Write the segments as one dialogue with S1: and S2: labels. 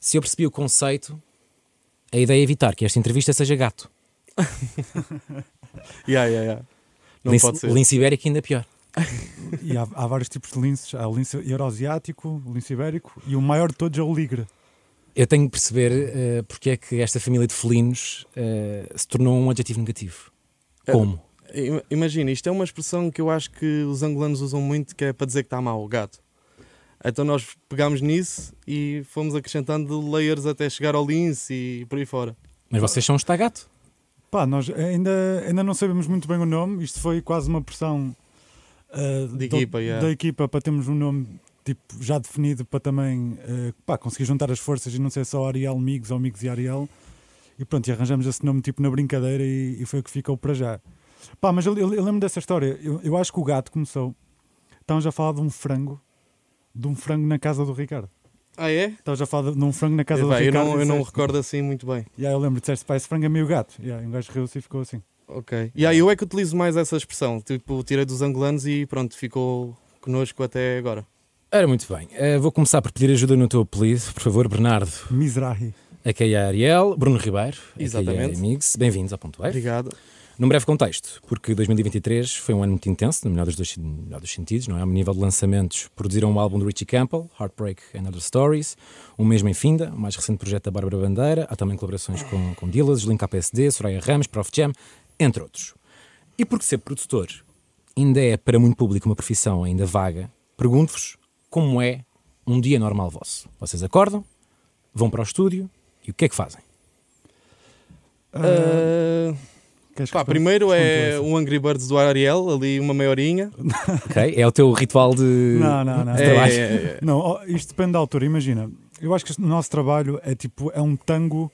S1: se eu percebi o conceito, a ideia é evitar que esta entrevista seja gato.
S2: Yeah, yeah, yeah. Não
S1: lince,
S2: pode ser.
S1: lince ibérico ainda pior.
S3: E há, há vários tipos de linces. Há o lince euroasiático, o lince ibérico e o maior de todos é o ligre.
S1: Eu tenho que perceber eh, porque é que esta família de felinos eh, se tornou um adjetivo negativo.
S2: É.
S1: Como?
S2: Ima- Imagina, isto é uma expressão que eu acho que os angolanos usam muito, que é para dizer que está mau o gato. Então nós pegámos nisso e fomos acrescentando layers até chegar ao lince e por aí fora.
S1: Mas vocês são um estagato.
S3: Pá, nós ainda, ainda não sabemos muito bem o nome. Isto foi quase uma pressão ah,
S2: De
S3: do-
S2: equipa, yeah.
S3: da equipa para termos um nome tipo, já definido para também ah, pá, conseguir juntar as forças e não ser só Ariel Migos ou Migos e Ariel. E pronto, e arranjamos esse nome tipo na brincadeira e, e foi o que ficou para já. Pá, mas eu, eu- eu lembro dessa história. Eu, eu acho que o gato começou. Estávamos já a falar de um frango, de um frango na casa do Ricardo.
S2: Ah, é?
S3: Estavas a falar de, de um frango na casa
S2: Epá,
S3: do
S2: eu
S3: Ricardo.
S2: não,
S3: e
S2: eu não
S3: disseste-
S2: recordo assim muito bem.
S3: E aí eu lembro, disseste, pá, esse frango é meio gato. E aí um gajo riu-se e ficou assim.
S2: Ok. E aí eu é que utilizo mais essa expressão. Tipo, tirei dos angolanos e pronto, ficou connosco até agora.
S1: Ora, muito bem. Eh, vou começar por pedir ajuda no teu apelido, por favor, Bernardo.
S3: Mizrahi.
S1: Aqui é Ariel, Bruno Ribeiro,
S2: Exatamente.
S1: Amigos. Bem-vindos ao Ponto F.
S2: Obrigado.
S1: Num breve contexto, porque 2023 foi um ano muito intenso, no melhor dos, dois, no melhor dos sentidos, não é? A nível de lançamentos, produziram um álbum do Richie Campbell, Heartbreak and Other Stories, um mesmo em Finda, o mais recente projeto da Bárbara Bandeira, há também colaborações com, com Dillas, Link KPSD, Soraya Ramos, Prof Jam, entre outros. E porque ser produtor ainda é para muito público uma profissão ainda vaga, pergunto-vos como é um dia normal vosso. Vocês acordam, vão para o estúdio e o que é que fazem?
S2: Ah,
S3: Queres
S2: pá,
S3: responder?
S2: primeiro é
S3: Responde tu
S2: o Angry Birds do Ariel, ali uma meia horinha.
S1: Ok? É o teu ritual de.
S3: essa. Não, não, não.
S1: de
S2: É,
S1: trabalho.
S2: é, é.
S3: Não, ó, isto depende da altura. Imagina, eu acho que este- o nosso trabalho é tipo, é um tango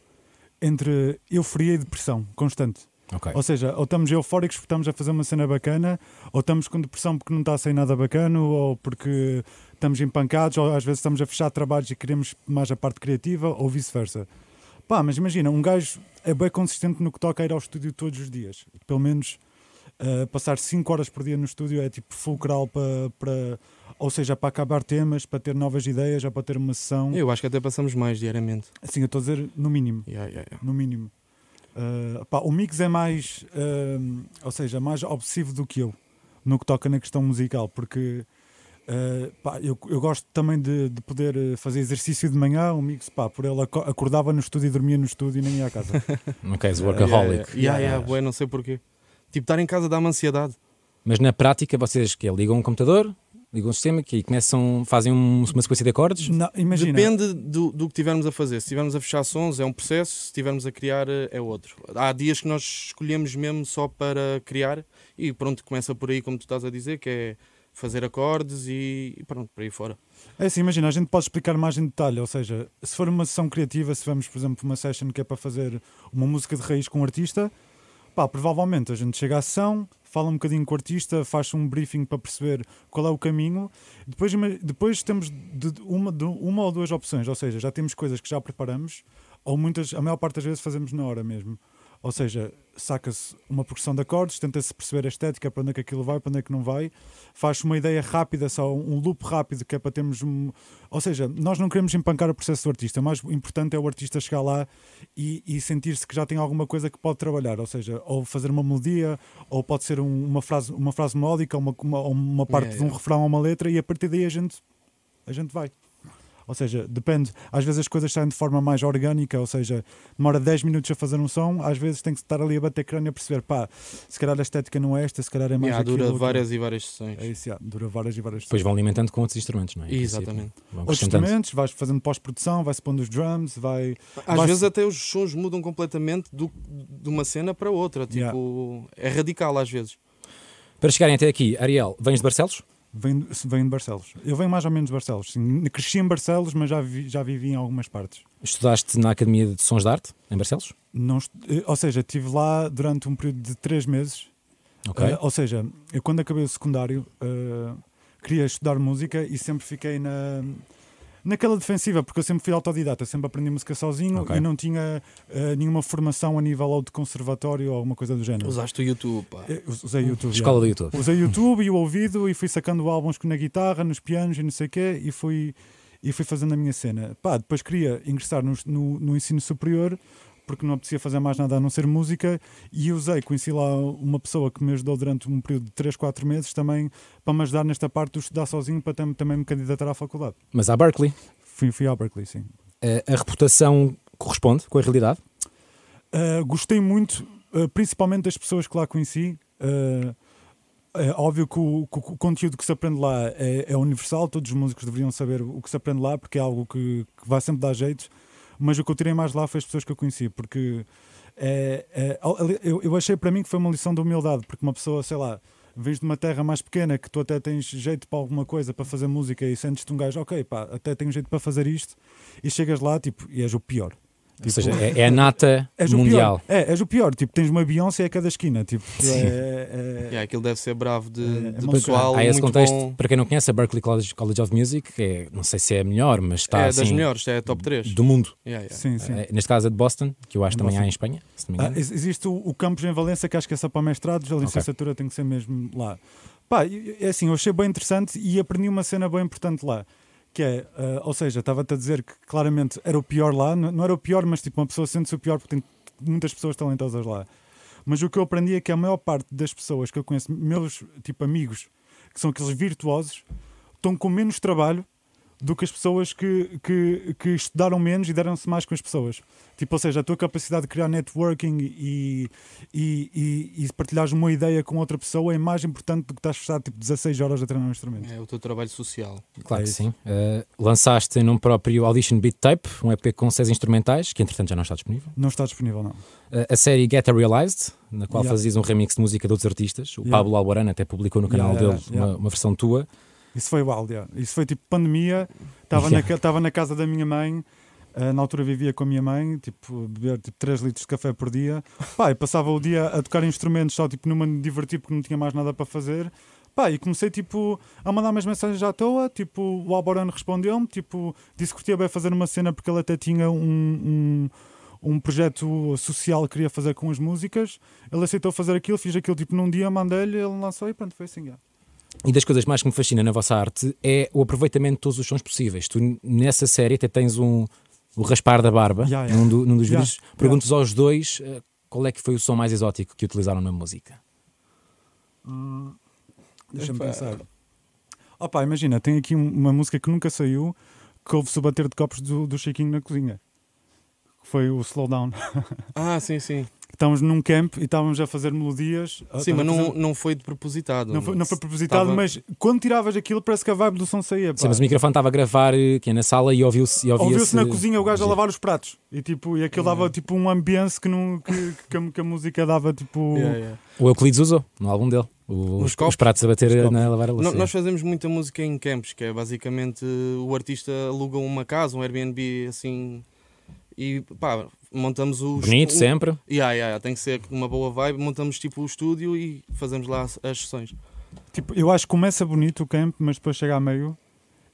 S3: entre euforia e depressão constante.
S1: Ok.
S3: Ou seja, ou estamos eufóricos porque estamos a fazer uma cena bacana, ou estamos com depressão porque não está a sair nada bacana, ou porque estamos empancados, ou às vezes estamos a fechar trabalhos e queremos mais a parte criativa, ou vice-versa. Pá, mas imagina, um gajo é bem consistente no que toca a ir ao estúdio todos os dias. Pelo menos eh, passar 5 horas por dia no estúdio é tipo fulcral para, para. Ou seja, para acabar temas, para ter novas ideias, ou para ter uma sessão.
S2: Eu acho que até passamos mais diariamente.
S3: Assim, eu estou a dizer no mínimo
S2: Yeah, yeah, yeah.
S3: no mínimo. Uh, pá, o Mix é mais, um, ou seja, mais obsessivo do que eu no que toca na questão musical, porque uh, pá, eu, eu gosto também de, de poder uh, fazer exercício de manhã. O Mix, pá, por ele aco- acordava no estúdio e dormia no estúdio e nem ia à casa.
S2: Um
S1: Ok, és
S2: Yeah, yeah,
S1: workaholic.
S2: Yeah, yeah, bué, não sei porquê. Tipo, estar em casa dá-me ansiedade.
S1: Mas na prática vocês que é, ligam um computador, ligam um sistema que aí começam, fazem um- uma sequência de acordes.
S3: Não, imagina,
S2: Depende do, do que tivermos a fazer. Se estivermos a fechar sons, é um processo. Se estivermos a criar, eh, é outro. Há dias que nós escolhemos mesmo só para criar e pronto, começa por aí, como tu estás a dizer, que é fazer acordes e, e pronto, por aí fora.
S3: É assim, imagina, a gente pode explicar mais em detalhe, ou seja, se for uma sessão criativa, se vamos, por exemplo, para uma session que é para fazer uma música de raiz com um artista, pá, provavelmente a gente chega à sessão, fala um bocadinho com o artista, faz um briefing para perceber qual é o caminho, depois, ima- depois temos de uma, de uma ou duas opções, ou seja, já temos coisas que já preparamos, ou muitas, a maior parte das vezes fazemos na hora mesmo. Ou seja, saca-se uma progressão de acordes, tenta-se perceber a estética, para onde é que aquilo vai, para onde é que não vai, faz uma ideia rápida, só um loop rápido, que é para termos um. Ou seja, nós não queremos empancar o processo do artista, o mais importante é o artista chegar lá e, e sentir-se que já tem alguma coisa que pode trabalhar, ou seja, ou fazer uma melodia, ou pode ser um- uma, frase, uma frase melódica, ou uma, uma, ou uma parte
S2: Yeah,
S3: de um
S2: yeah.
S3: refrão ou uma letra, e a partir daí a gente, a gente vai. Ou seja, depende. Às vezes as coisas saem de forma mais orgânica, ou seja, demora 10 minutos a fazer um som, às vezes tem que estar ali a bater crânio a perceber, pá, se calhar a estética não é esta, se calhar é mais
S2: Yeah,
S3: aquilo,
S2: dura
S3: aquilo.
S2: várias e várias sessões.
S3: É isso, já, dura várias e várias
S1: Depois vão alimentando com outros instrumentos, não é? Em princípio.
S2: Exatamente.
S1: Vão
S3: Outros
S1: acrescentando.
S3: instrumentos, vais fazendo pós-produção, vai-se pondo os drums, vai.
S2: Às
S3: Vai-
S2: vezes até os sons mudam completamente do- de uma cena para outra. Tipo, é radical às vezes.
S1: Para chegarem até aqui, Ariel, vens de Barcelos?
S3: Vem, vem de Barcelos. Eu venho mais ou menos de Barcelos. sim. Cresci em Barcelos, mas já, vi- já vivi em algumas partes.
S1: Estudaste na Academia de Sons de Arte, em Barcelos?
S3: Não, est- eh, ou seja, estive lá durante um período de 3 meses.
S1: Ok.
S3: Eh, ou seja, eu quando acabei o secundário eh, queria estudar música e sempre fiquei na, naquela defensiva, porque eu sempre fui autodidata, sempre aprendi música sozinho
S1: Ok.
S3: e não tinha eh, nenhuma formação a nível ou de conservatório ou alguma coisa do género.
S2: Usaste o YouTube, pá.
S3: Eh, us- Usei YouTube.
S1: Escola
S3: já.
S1: do YouTube.
S3: Usei YouTube e o ouvido e fui sacando álbuns na guitarra, nos pianos e não sei o quê e fui. e fui fazendo a minha cena. Pá, depois queria ingressar no, no, no ensino superior porque não apetecia fazer mais nada a não ser música e usei, conheci lá uma pessoa que me ajudou durante um período de 3, 4 meses também para me ajudar nesta parte do estudar sozinho para tam- também me candidatar à faculdade.
S1: Mas à Berkeley,
S3: Fui, fui à Berkeley, sim.
S1: eh, a reputação corresponde com a realidade?
S3: Uh, gostei muito, uh, principalmente das pessoas que lá conheci. Uh, é óbvio que o, que o conteúdo que se aprende lá é, é universal, todos os músicos deveriam saber o que se aprende lá, porque é algo que, que vai sempre dar jeito. Mas o que eu tirei mais lá foi as pessoas que eu conheci, porque é, é, al- ali- eu, eu achei para mim que foi uma lição de humildade, porque uma pessoa, sei lá, vens de uma terra mais pequena que tu até tens jeito para alguma coisa, para fazer música, e sentes-te um gajo, ok, pá, até tenho jeito para fazer isto, e chegas lá tipo, e és o pior.
S1: Ou
S3: Tipo,
S1: seja, é, é a nata
S3: És O
S1: mundial.
S3: pior. É, és o pior. Tipo, tens uma Beyoncé a cada esquina. Tipo,
S1: Sim.
S3: é- é-
S2: Yeah, aquilo deve ser bravo de,
S3: É, é
S2: de
S3: uma-
S2: pessoal.
S1: Há Ah, esse
S2: muito
S1: contexto,
S2: bom.
S1: para quem não conhece, a Berkeley College, College of Music, é, não sei se é a melhor, mas está
S2: é das
S1: assim,
S2: melhores, é top 3.
S1: do mundo.
S2: Yeah, yeah.
S3: Sim, sim.
S1: Eh, neste caso é de Boston, que eu acho
S3: Em
S1: também há
S3: Boston.
S1: em Espanha, se não me
S3: Ah,
S1: engano.
S3: ex- existe o, o campus em Valença que acho que é só para mestrados, a licenciatura tem que ser mesmo lá. Pá, e- e- é assim, eu achei bem interessante e aprendi uma cena bem importante lá. Que é, ah, ou seja, estava-te a dizer que claramente era o pior lá, não, não era o pior, mas tipo, uma pessoa sente-se o pior porque tem muitas pessoas talentosas lá. Mas o que eu aprendi é que a maior parte das pessoas que eu conheço, meus tipo amigos, que são aqueles virtuosos, estão com menos trabalho do que as pessoas que, que, que estudaram menos e deram-se mais com as pessoas. Tipo, ou seja, a tua capacidade de criar networking e, e, e, e partilhares uma ideia com outra pessoa é mais importante do que estás fechado tipo 16 horas a treinar um instrumento.
S2: É o teu trabalho social.
S1: Claro
S3: é
S1: que
S3: isso.
S1: sim. Eh, lançaste em nome próprio Audition Beat Tape, um EP com seis instrumentais, que entretanto já não está disponível.
S3: Não está disponível, não.
S1: Eh, a série Get a Realized, na qual
S3: Yeah.
S1: fazias um remix de música de outros artistas. O
S3: Yeah.
S1: Pablo Alborán até publicou no canal
S3: Yeah,
S1: dele
S3: yeah, yeah.
S1: Uma, uma versão tua.
S3: Isso foi wild, yeah. Isso foi tipo pandemia, estava na, ca- tava na casa da minha mãe, ah, na altura vivia com a minha mãe, tipo, a beber tipo 3 litros de café por dia. Pá, e passava o dia a tocar instrumentos só tipo numa me divertir porque não tinha mais nada para fazer. Pá, e comecei tipo a mandar umas mensagens à toa, tipo, o Alborano respondeu-me, tipo, disse que curtia bem fazer uma cena porque ele até tinha um- um, um projeto social que queria fazer com as músicas. Ele aceitou fazer aquilo, fiz aquilo tipo num dia, mandei-lhe, ele lançou e pronto, foi assim. yeah.
S1: E das coisas mais que me fascina na vossa arte é o aproveitamento de todos os sons possíveis. Tu n- nessa série até tens um o raspar da barba
S3: Yeah, yeah.
S1: Num, do- num dos
S3: Yeah,
S1: vídeos. Pergunto-vos aos dois eh, qual é que foi o som mais exótico que utilizaram na música.
S3: Deixa-me
S2: Epá.
S3: pensar. Opa, imagina, tem aqui um- uma música que nunca saiu que houve-se o bater de copos do, do Chiquinho na cozinha. Que Foi o Slowdown.
S2: Ah, sim, sim.
S3: Estávamos num camp e estávamos a fazer melodias. ah,
S2: sim,
S3: estávamos
S2: mas
S3: a
S2: não,
S3: fazer-
S2: não foi de propositado.
S3: Não foi, não foi propositado,
S2: Estava-
S3: mas quando tiravas aquilo, parece que a vibe do som saía. pá.
S1: Sim, mas o microfone estava a gravar eh, que é na sala e ouviu-se. e ouvia-se-
S3: Ouviu-se na cozinha o gajo a
S1: Sim.
S3: lavar os pratos. E, tipo, e aquilo dava tipo um ambience que, não, que, que a, que a música dava tipo.
S2: Yeah, yeah.
S1: O Euclides usou no álbum dele. O-
S2: Os
S1: os,
S2: copos?
S1: os pratos a bater
S3: Os
S1: na lavar a
S2: No-
S1: louça.
S2: Nós fazemos muita música em campos, que é basicamente o artista aluga uma casa, um Airbnb assim, e pá, montamos os.
S1: Bonito
S2: o-
S1: sempre.
S2: Yeah, yeah, tem que ser uma boa vibe. Montamos tipo o estúdio e fazemos lá as, as sessões.
S3: Tipo, eu acho que começa bonito o camp, mas depois chega a meio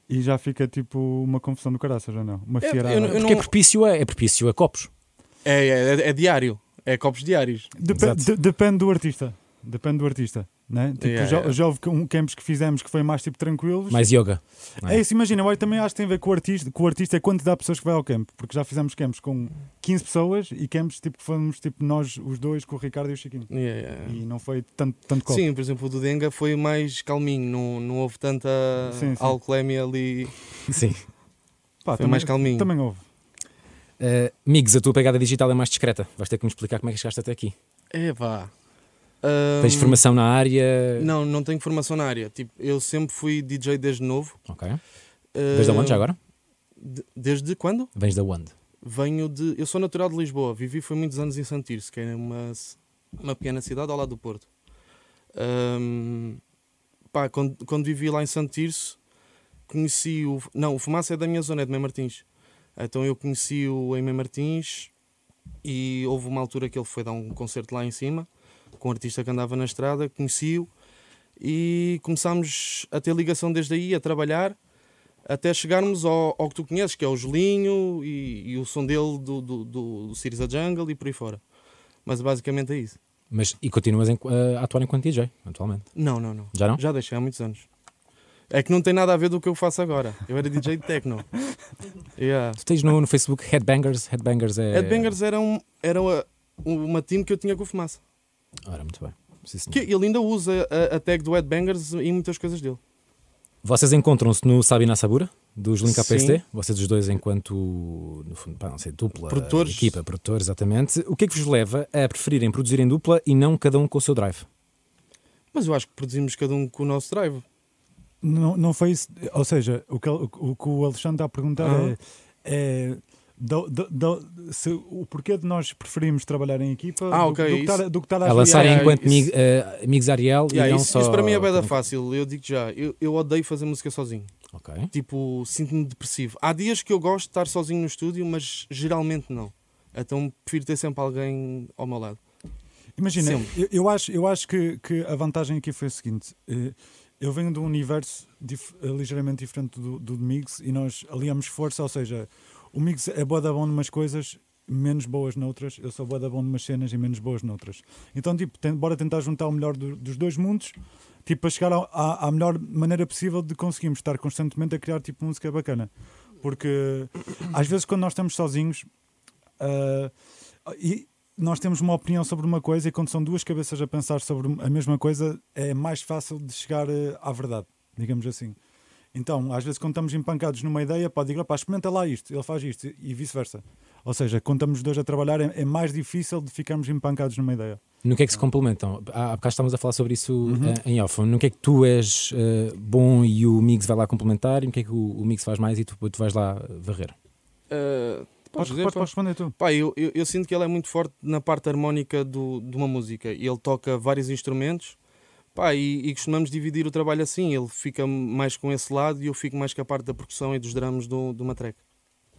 S3: e já fica tipo uma confusão do caraças, já não? Uma
S2: É,
S3: fiarada.
S2: eu não-
S1: Porque é propício a, é propício a copos.
S2: É, é, é, é diário, é copos diários.
S3: Depen-
S1: Exato.
S3: de- depende do artista. Depende do artista. Né? Tipo,
S2: Yeah,
S3: já,
S2: yeah.
S3: já houve um campus que fizemos que foi mais tipo tranquilos.
S1: Mais yoga. não é?
S3: É isso, imagina. Eu também acho que tem a ver com o artista, com o artista é a quantidade de pessoas que vai ao campo. Porque já fizemos campos com 15 pessoas e campos tipo que fomos tipo nós os dois com o Ricardo e o Chiquinho.
S2: Yeah, yeah.
S3: E não foi tanto, tanto copo.
S2: Sim, por exemplo, o do Denga foi mais calminho, não, não houve tanta
S3: Sim, sim.
S2: alcoolemia ali,
S1: Sim.
S3: Pá,
S2: foi mais calminho.
S3: Também houve.
S1: Uh, Migs, a tua pegada digital é mais discreta. Vais ter que me explicar como é que chegaste até aqui.
S2: É vá.
S1: Tens
S2: Ahm,
S1: formação na área.
S2: Não, não tenho formação na área. Tipo, eu sempre fui DJ desde novo.
S1: Ok. Desde
S2: Ahm,
S1: onde já agora?
S2: de- desde quando?
S1: Vens da onde?
S2: Venho de. Eu sou natural de Lisboa, vivi foi muitos anos em Santirce, que é uma, c- uma pequena cidade ao lado do Porto. Ahm, pá, quando, quando vivi lá em Santirce, conheci o. Não, o Fumaça é da minha zona, é de Mem Martins. Então eu conheci o em Mem Martins e houve uma altura que ele foi dar um concerto lá em cima, com um artista que andava na estrada, conheci-o e começámos a ter ligação desde aí, a trabalhar até chegarmos ao, ao que tu conheces, que é o Gelinho e, e o som dele do, do, do, do Sirius a Jungle e por aí fora. Mas basicamente é isso.
S1: Mas e continuas em- a atuar eh, enquanto DJ, atualmente.
S2: Não, não, não.
S1: Já não?
S2: Já deixei há muitos anos. É que não tem nada a ver do que eu faço agora. Eu era DJ de techno. Yeah.
S1: Tu tens no, no Facebook Headbangers. Headbangers é.
S2: Headbangers era, um, era uma, uma team que eu tinha com o Fumaça.
S1: Ora, muito bem. Sim, senhor.
S2: Que ele ainda usa a, a tag do Headbangers em muitas coisas dele.
S1: Vocês encontram-se no Sabina Sabura, dos Link APST.
S2: Sim.
S1: Vocês os dois, enquanto, no fundo, pá, não sei, dupla,
S2: Produtores.
S1: equipa, produtores, exatamente. O que é que vos leva a preferirem produzir em dupla e não cada um com o seu drive?
S2: Mas eu acho que produzimos cada um com o nosso drive.
S3: Não, não foi isso. Ou seja, o que, ele- o, que o Alexandre está a perguntar
S2: Aham.
S3: é. é da- da- da- se- o porquê de nós preferimos trabalhar em equipa
S2: Ah,
S3: do-
S2: ok,
S3: do, que
S2: isso.
S3: estar- do que estar
S1: a
S3: a
S1: lançarem
S2: yeah,
S1: enquanto
S2: isso-
S1: mi- eh, amigos Ariel e
S2: Yeah,
S1: não
S2: isso,
S1: só.
S2: isso para mim é beda fácil. Eu digo já, eu, eu odeio fazer música sozinho.
S1: Ok.
S2: Tipo, sinto-me depressivo. Há dias que eu gosto de estar sozinho no estúdio, mas geralmente não. Então prefiro ter sempre alguém ao meu lado.
S3: Imagina,
S2: Sempre.
S3: eu, eu acho, eu acho que, que a vantagem aqui foi a seguinte: eh, eu venho de um universo dif- eh, ligeiramente diferente do, do de Migs e nós aliamos força, ou seja, o Migs é boa da bom numas coisas, menos boas noutras, eu sou boa da bom numas cenas e menos boas noutras. Então, tipo, ten- bora tentar juntar o melhor do- dos dois mundos, tipo, para chegar ao- à, à melhor maneira possível de conseguirmos estar constantemente a criar, tipo, música bacana. Porque às vezes quando nós estamos sozinhos. ah, e nós temos uma opinião sobre uma coisa e quando são duas cabeças a pensar sobre a mesma coisa é mais fácil de chegar eh, à verdade, digamos assim. Então, às vezes quando estamos empancados numa ideia, pá, digo, pá, experimenta lá isto, ele faz isto e vice-versa. Ou seja, quando estamos os dois a trabalhar é, é mais difícil de ficarmos empancados numa ideia.
S1: No que é que se complementam? Há, há bocado estávamos a falar sobre isso
S2: Uhum.
S1: eh, em off. No que é que tu és eh, bom e o Mix vai lá complementar? E no que é que o, o Mix faz mais e tu, tu vais lá varrer?
S2: Ah,
S3: Eh,
S2: podes
S3: Podes,
S2: dizer,
S3: podes,
S2: pá?
S3: podes responder tu.
S2: Pá, eu, eu, eu sinto que ele é muito forte na parte harmónica do, de uma música. Ele toca vários instrumentos pá, e, e costumamos dividir o trabalho assim. Ele fica mais com esse lado e eu fico mais com a parte da percussão e dos dramas do, de uma track.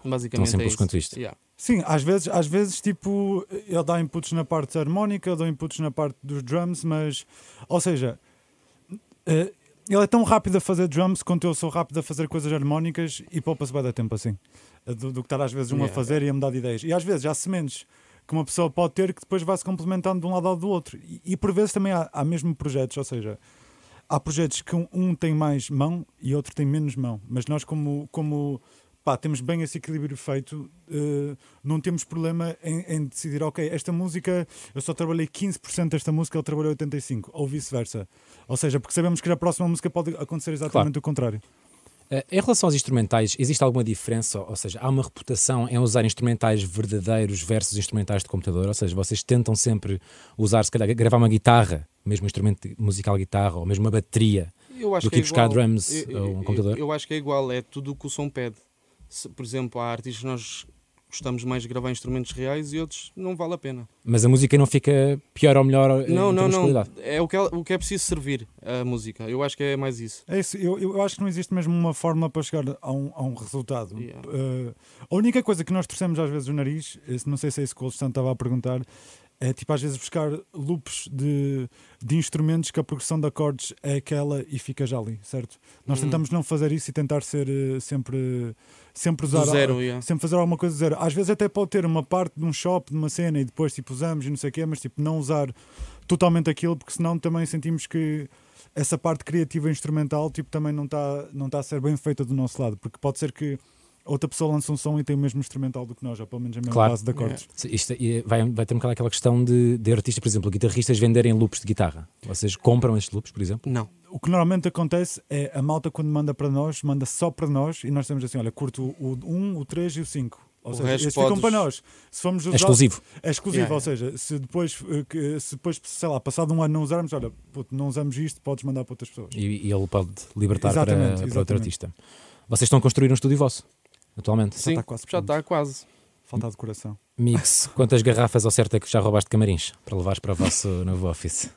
S2: Basicamente
S1: Tão simples
S2: é isso.
S1: quanto isto.
S2: Yeah.
S3: Sim, às vezes, às vezes tipo, ele dá inputs na parte harmónica, eu dou inputs na parte dos drums, mas. Ou seja, eh, ele é tão rápido a fazer drums quanto eu sou rápido a fazer coisas harmónicas e poupa-se bem da tempo assim. eh, Do, do que estar às vezes um a
S2: Yeah.
S3: fazer e a mudar de ideias. E às vezes há sementes que uma pessoa pode ter que depois vai-se complementando de um lado ao do outro. E, e por vezes também há, há mesmo projetos, ou seja, há projetos que um, um tem mais mão e outro tem menos mão. Mas nós, como, como pá, temos bem esse equilíbrio feito, eh, não temos problema em, em decidir, ok, esta música, eu só trabalhei 15% desta música, ele trabalhou 85%, ou vice-versa. Ou seja, porque sabemos que na próxima música pode acontecer exatamente o contrário.
S1: Eh, em relação aos instrumentais, existe alguma diferença? Ou seja, há uma reputação em usar instrumentais verdadeiros versus instrumentais de computador? Ou seja, vocês tentam sempre usar, se calhar, gravar uma guitarra, mesmo um instrumento musical guitarra, ou mesmo uma bateria.
S2: Eu acho é
S1: Do tipo que ir buscar drums a um computador?
S2: Eu, eu acho que é igual, é tudo o que o som pede. Se, por exemplo, há artistas que nós gostamos mais de gravar instrumentos reais e outros não vale a pena.
S1: Mas a música não fica pior ou melhor eh,
S2: não,
S1: em
S2: não,
S1: termos de
S2: não.
S1: qualidade.
S2: É o que, ela- o que é preciso servir a música. Eu acho que é mais isso.
S3: É isso, eu, eu acho que não existe mesmo uma forma para chegar a um, a um resultado.
S2: Yeah.
S3: Eh, a única coisa que nós torcemos às vezes o nariz, eh, não sei se é isso que o Alexandre estava a perguntar, é tipo às vezes buscar loops de, de instrumentos que a progressão de acordes é aquela e fica já ali, certo? Nós
S2: Hum.
S3: tentamos não fazer isso e tentar ser eh, sempre, sempre usar
S2: Do zero, yeah.
S3: sempre fazer alguma coisa do zero. Às vezes até pode ter uma parte de um shop, de uma cena e depois tipo usamos e não sei o quê, mas tipo não usar totalmente aquilo porque senão também sentimos que essa parte criativa e instrumental tipo também não está não tá a ser bem feita do nosso lado, porque pode ser que outra pessoa lance um som e tem o mesmo instrumental do que nós, ou pelo menos a mesma
S1: Claro.
S3: base de acordes.
S1: Se Isto é- vai, vai ter um bocado aquela questão de, de artistas, por exemplo, guitarristas venderem loops de guitarra. Vocês compram estes loops, por exemplo?
S2: É. Não.
S3: O que normalmente acontece é a malta quando manda para nós, manda só para nós e nós temos assim, olha, curto o 1, o 3 e o 5. Ou
S2: O
S3: seja,
S2: resto
S3: estes ficam
S2: podes-
S3: para nós. Se formos
S1: É
S3: usar,
S1: exclusivo.
S3: É exclusivo,
S2: Yeah,
S3: ou seja, se depois, eh, que- se depois, sei lá, passado um ano não usarmos, olha, puto, não usamos isto, podes mandar para outras pessoas.
S1: E, e ele pode libertar para,
S3: Exatamente,
S1: para outro
S3: exatamente.
S1: artista. Vocês estão a construir um estúdio vosso, atualmente.
S2: Sim,
S3: tá quase
S2: já
S3: pronto.
S2: está quase.
S3: Falta de coração.
S1: Mix, quantas garrafas ao certo é que já roubaste de camarins para levares para o vosso novo office?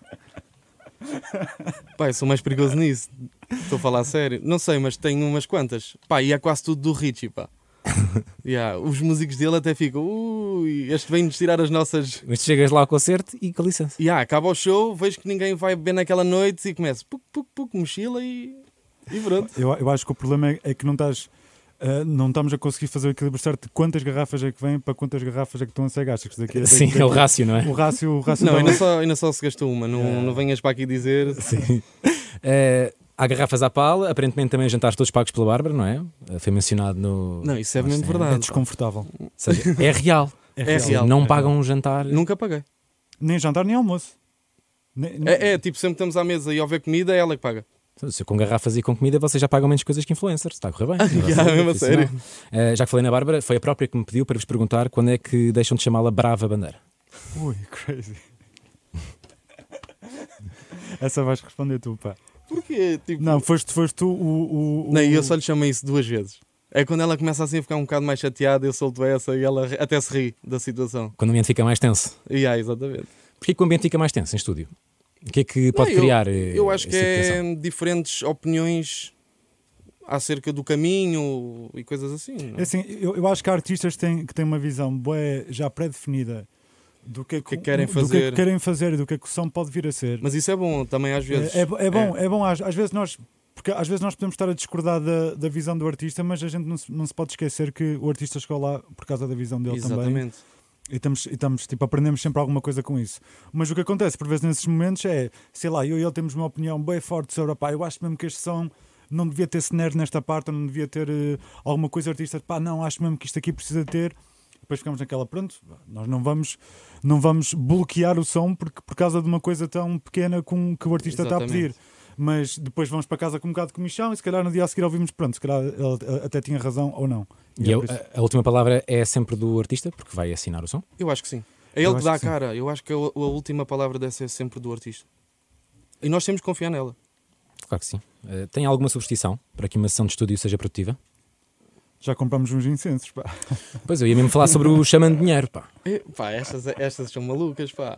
S2: Pá, eu sou mais perigoso nisso. Estou a falar a sério. Não sei, mas tenho umas quantas. Pá, e é quase tudo do Richie, pá. Yeah, os músicos dele até ficam. Ui, este vem-nos tirar as nossas.
S1: Mas chegas lá ao concerto e com licença.
S2: E yeah, acaba o show, vejo que ninguém vai beber naquela noite e começo. Puc, puc, puc, mochila e. E pronto.
S3: Eu, eu acho que o problema é, é que não estás. eh, não estamos a conseguir fazer o equilíbrio certo de quantas garrafas é que vêm para quantas garrafas é que estão a ser gastas. que Daqui, daqui,
S1: Sim, é o rácio, não é?
S3: o rácio. O rácio
S2: Não,
S3: dá-
S2: ainda só, ainda só se gastou uma. Não, não venhas para aqui dizer.
S1: Sim. Eh, Há garrafas à pala, aparentemente também jantares todos pagos pela Bárbara, não é? Foi mencionado no.
S2: Não, isso é
S1: Mas
S2: mesmo
S1: sim,
S3: É
S2: verdade.
S3: desconfortável.
S1: Ou seja, é real.
S3: É,
S2: real.
S3: real.
S1: Sim, não
S2: é
S1: pagam um jantar.
S2: Nunca paguei.
S3: Nem jantar, nem almoço. Nem- nem-
S2: É, é, tipo, sempre estamos à mesa e houver comida, é ela que paga.
S1: Se com garrafas e com comida vocês já pagam menos coisas que influencers, está a correr bem.
S2: Ah, Já, mesmo a sério.
S1: Eh, já que falei na Bárbara, foi a própria que me pediu para vos perguntar quando é que deixam de chamá-la Brava Bandeira.
S3: Ui, crazy. Essa vais responder tu, pá.
S2: Porque, tipo,
S3: Não, foste, foste tu o. o, o-
S2: Não, e eu só lhe chamei isso duas vezes. É quando ela começa assim a ficar um bocado mais chateada, eu solto essa e ela até se ri da situação.
S1: Quando o ambiente fica mais tenso.
S2: E ah, exatamente.
S1: Porquê é que o ambiente fica mais tenso em estúdio? O que é que pode
S2: Não, eu-
S1: criar? eh,
S2: Eu acho que
S1: essa tensão?
S2: é diferentes opiniões acerca do caminho e coisas assim. não
S3: É
S2: é?
S3: Assim, eu, eu acho que há artistas que têm, que têm uma visão bué, já pré-definida do que, é
S2: Que querem
S3: do que é
S2: fazer.
S3: que querem fazer e do que é que o som pode vir a ser.
S2: Mas isso é bom também às vezes.
S3: É, é bo- é bom, é, bom. Às, às vezes nós. Porque às vezes nós podemos estar a discordar da, da visão do artista, mas a gente não se, não se pode esquecer que o artista chegou lá por causa da visão dele é também.
S2: Exatamente.
S3: E estamos, e estamos, tipo, aprendemos sempre alguma coisa com isso. Mas o que acontece por vezes nesses momentos é, sei lá, eu e ele temos uma opinião bem forte sobre, pá, eu acho mesmo que este som não devia ter snare nesta parte, ou não devia ter eh, alguma coisa artista, pá, não, acho mesmo que isto aqui precisa ter. Depois ficamos naquela, pronto, nós não vamos, não vamos bloquear o som porque, por causa de uma coisa tão pequena com, que o artista está a
S2: Exatamente.
S3: pedir. Mas depois vamos para casa com um bocado de comichão e se calhar no dia a seguir ouvimos, pronto, se calhar ele eh, até tinha razão ou não.
S1: E
S3: é
S1: eu- eh,
S3: por isso.
S1: a, a última palavra é sempre do artista, porque vai assinar o som.
S2: Eu acho que sim. É ele
S3: Eu
S2: que
S3: acho
S2: dá
S3: que
S2: a
S3: sim.
S2: cara. Eu acho que a, a última palavra dessa é sempre do artista. E nós temos que confiar nela.
S1: Claro que sim. Eh, tem alguma superstição para que uma sessão de estúdio seja produtiva?
S3: Já compramos uns incensos, pá.
S1: Pois eu ia mesmo falar sobre o chamando dinheiro, É, pá.
S2: E, pá, estas, estas são malucas, pá.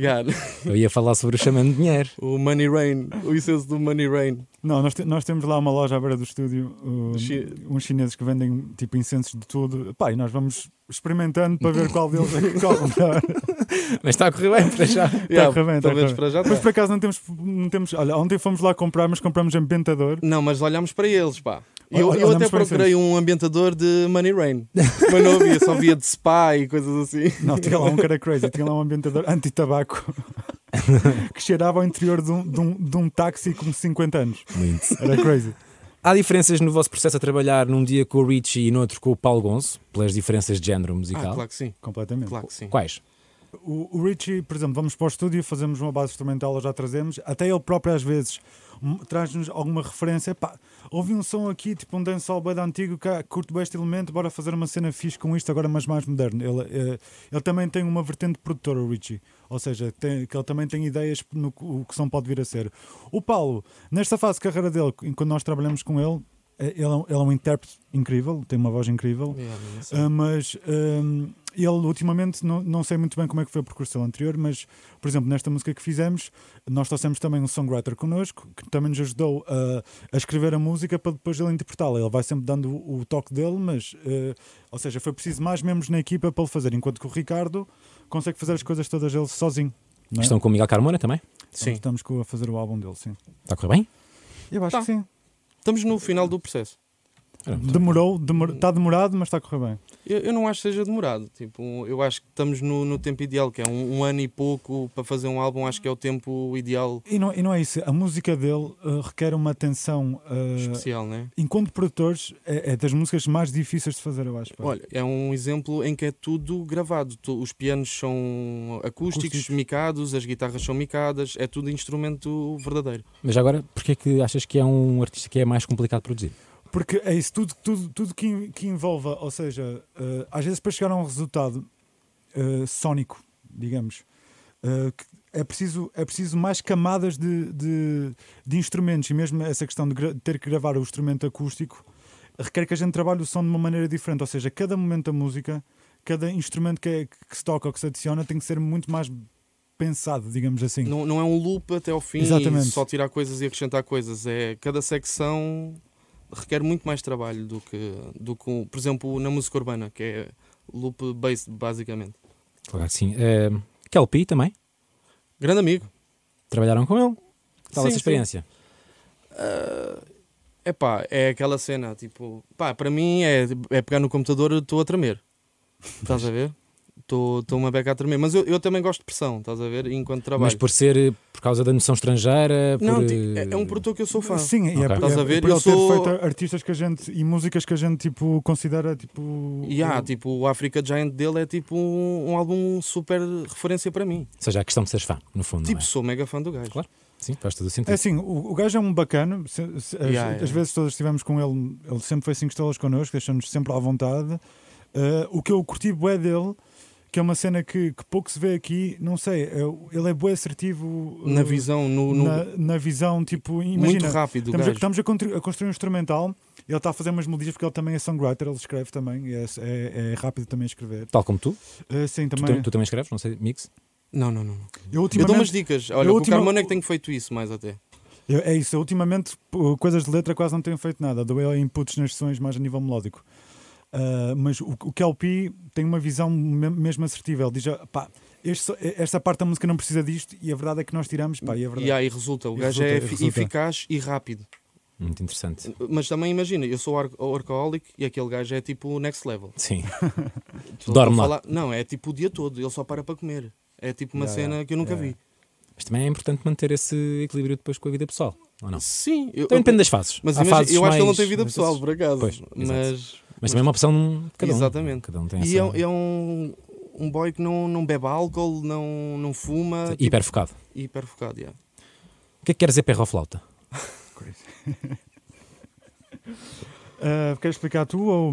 S2: Cara,
S1: Eu ia falar sobre o chamando dinheiro.
S2: o Money Rain, o incenso do Money Rain.
S3: Não, nós, te- nós temos lá uma loja à beira do estúdio, um,
S2: Chi-
S3: uns chineses que vendem tipo incensos de tudo. Pá, e nós vamos experimentando para ver qual deles é que cola melhor.
S1: Mas está a correr bem para já.
S2: Yeah,
S3: correr bem, tá
S2: pelo menos
S3: correr bem.
S2: para já.
S3: Mas
S2: tá.
S3: por acaso não temos, não temos. Olha, ontem fomos lá comprar, mas compramos ambientador.
S2: Não, mas olhámos para eles, pá. Eu,
S3: Olha-
S2: eu
S3: olhámos
S2: até
S3: para
S2: procurei um ambientador de Money Rain, mas não havia, só havia de spa e coisas assim.
S3: Não, tinha lá um cara crazy, tinha lá um ambientador anti-tabaco que cheirava ao interior de um, de um, de um táxi com 50 anos.
S1: Muito.
S3: Era crazy.
S1: Há diferenças no vosso processo a trabalhar num dia com o Richie e noutro com o Paulo Gonço, pelas diferenças de género musical?
S2: Ah, claro que sim,
S3: Completamente.
S2: claro que sim.
S1: Quais?
S3: O, o Richie, por exemplo, vamos para o estúdio, fazemos uma base instrumental, ou já trazemos. Até ele próprio, às vezes, hum, traz-nos alguma referência. Pá, ouvi um som aqui, tipo um dancehall bem antigo, cá, curto bem este elemento, bora fazer uma cena fixe com isto, agora mas mais moderno. Ele, eh, ele também tem uma vertente produtora, o Richie. Ou seja, tem- que ele também tem ideias no que- o que som pode vir a ser. O Paulo, nesta fase de carreira dele, enquanto nós trabalhamos com ele, eh, ele é um, ele é um intérprete incrível, tem uma voz incrível.
S2: Yeah, não sei.
S3: Ah, mas ahm, ele ultimamente, não, não sei muito bem como é que foi a percussão anterior, mas por exemplo, nesta música que fizemos, nós trouxemos também um songwriter connosco que também nos ajudou a, a escrever a música para depois ele interpretá-la. Ele vai sempre dando o, o toque dele, mas ah, ou seja, foi preciso mais membros na equipa para ele fazer, enquanto que o Ricardo consegue fazer as coisas todas ele sozinho. não é?
S1: Estão com o Miguel Carmona também?
S3: Então
S2: Sim,
S3: estamos com- a fazer o álbum dele, sim.
S1: Está a correr bem?
S3: Eu acho
S2: Tá.
S3: que sim.
S2: estamos no final do processo. É, tá.
S1: Ora, muito bem.
S3: Demorou, demor- está demorado, mas está a correr bem.
S2: Eu, eu não acho que seja demorado. Tipo, eu acho que estamos no, no tempo ideal, que é um, um ano e pouco para fazer um álbum, acho que é o tempo ideal
S3: E não, e não é isso, a música dele ah, requer uma atenção ah,
S2: especial, né?
S3: enquanto produtores, é, é das músicas mais difíceis de fazer, eu acho. pá.
S2: Olha, é um exemplo em que é tudo gravado. Tu- Os pianos são acústicos,
S3: Acústicos.
S2: micados, as guitarras são micadas, é tudo instrumento verdadeiro.
S1: Mas agora, porquê é que achas que é um artista que é mais complicado de produzir?
S3: Porque é isso, tudo, tudo, tudo que, in- que envolva, ou seja, eh, às vezes para chegar a um resultado eh, sónico, digamos, eh, que é, preciso, é preciso mais camadas de, de, de instrumentos e mesmo essa questão de gra- ter que gravar o instrumento acústico requer que a gente trabalhe o som de uma maneira diferente, ou seja, cada momento da música, cada instrumento que, é, que se toca ou que se adiciona tem que ser muito mais pensado, digamos assim.
S2: Não, não é um loop até ao fim, e
S3: Exatamente.
S2: só tirar coisas e acrescentar coisas. É, cada secção requer muito mais trabalho do que, do que, um- por exemplo, na música urbana, que é loop based, basicamente.
S1: Claro que sim. Eh, Kelpi também?
S2: Grande amigo.
S1: Trabalharam com ele? Tal
S2: Sim,
S1: essa
S2: sim.
S1: experiência?
S2: É pá, é aquela cena, tipo, pá, para mim é, é pegar no computador, eu estou a tremer. Estás a ver? estou-me a beca a tremer. Mas eu, eu também gosto de pressão, estás a ver? Enquanto trabalho.
S1: Mas por ser eh, por causa da noção estrangeira, por,
S2: Não, ti-
S1: eh,
S2: é, é um produtor que eu sou fã.
S3: Sim, e é,
S1: Ok.
S3: é,
S1: Estás
S2: a
S3: é
S2: ver?
S3: por
S2: Eu
S3: ele ter
S2: sou-
S3: feito artistas que a gente e músicas que a gente tipo considera tipo.
S2: E há, tipo, o Africa Giant dele é tipo um, um álbum super referência para mim.
S1: ou seja, a questão de seres fã, no fundo.
S2: tipo,
S1: não é?
S2: sou mega fã do gajo.
S1: Claro. Sim, faz todo o
S3: É
S1: sentido.
S3: assim, o, o gajo é um bacana. se- se- as,
S2: Yeah, yeah.
S3: as vezes todas estivemos com ele, ele sempre foi 5 estrelas connosco, deixando-nos sempre à vontade. Eh, o que eu curti bué dele, que é uma cena que, que pouco se vê aqui, não sei, é o- ele é bué assertivo
S2: Na
S3: eh,
S2: visão, no, no-
S3: na, na visão, tipo,
S2: muito
S3: imagina,
S2: rápido, o
S3: estamos, a,
S2: gajo.
S3: estamos a constru- a construir um instrumental, ele está a fazer umas melodias porque ele também é songwriter, ele escreve também, e é, é- é rápido também a escrever.
S1: Tal como tu,
S3: Eh, sim,
S1: tu,
S3: também.
S2: é.
S1: tam- tu também escreves, não sei, mix.
S2: Não, não, não. não. Eu
S3: Eu
S2: dou umas
S3: ultimamente,
S2: dicas. Olha,
S3: eu
S2: com
S3: ultima-
S2: o Carmona é que tenho feito isso mais até.
S3: eu- é isso, eu ultimamente pô, coisas de letra quase não tenho feito nada, dou eu inputs nas sessões mais a nível melódico. Ah, mas o, o Kelpie tem uma visão me- mesmo assertiva, ele diz, ah, pá, este só- esta parte da música não precisa disto e a verdade é que nós tiramos, pá, e é verdade.
S2: E aí resulta. O
S3: E
S2: gajo
S3: resulta,
S2: é
S3: e
S2: fi-
S3: resulta.
S2: eficaz e rápido.
S1: Muito interessante.
S2: Mas também imagina, eu sou ar- orcaholic e aquele gajo é tipo o next level.
S1: Sim.
S2: Estou
S1: Dorme lá.
S2: a falar- Não, é tipo o dia todo, ele só para para comer. É tipo uma
S3: Yeah,
S2: cena
S3: yeah,
S2: que eu nunca
S3: yeah.
S2: vi.
S1: Mas também é importante manter esse equilíbrio depois com a vida pessoal, ou não?
S2: Sim, eu,
S1: Também depende das fases.
S2: mas
S1: Há
S2: imagina,
S1: fases
S2: eu acho que ele não
S1: mais-
S2: tem vida
S1: mais-
S2: pessoal, por acaso.
S1: Pois, exato.
S2: mas
S1: Mas também é uma opção de cada um.
S2: Exatamente.
S1: Cada um tem
S2: e
S1: essa...
S2: é, é um, um boy que não, não bebe álcool, não, não fuma, tipo,
S1: Hiper focado.
S2: hiper focado. yeah.
S1: O que é que quer dizer perroflauta?
S3: Ah, queres explicar tu ou...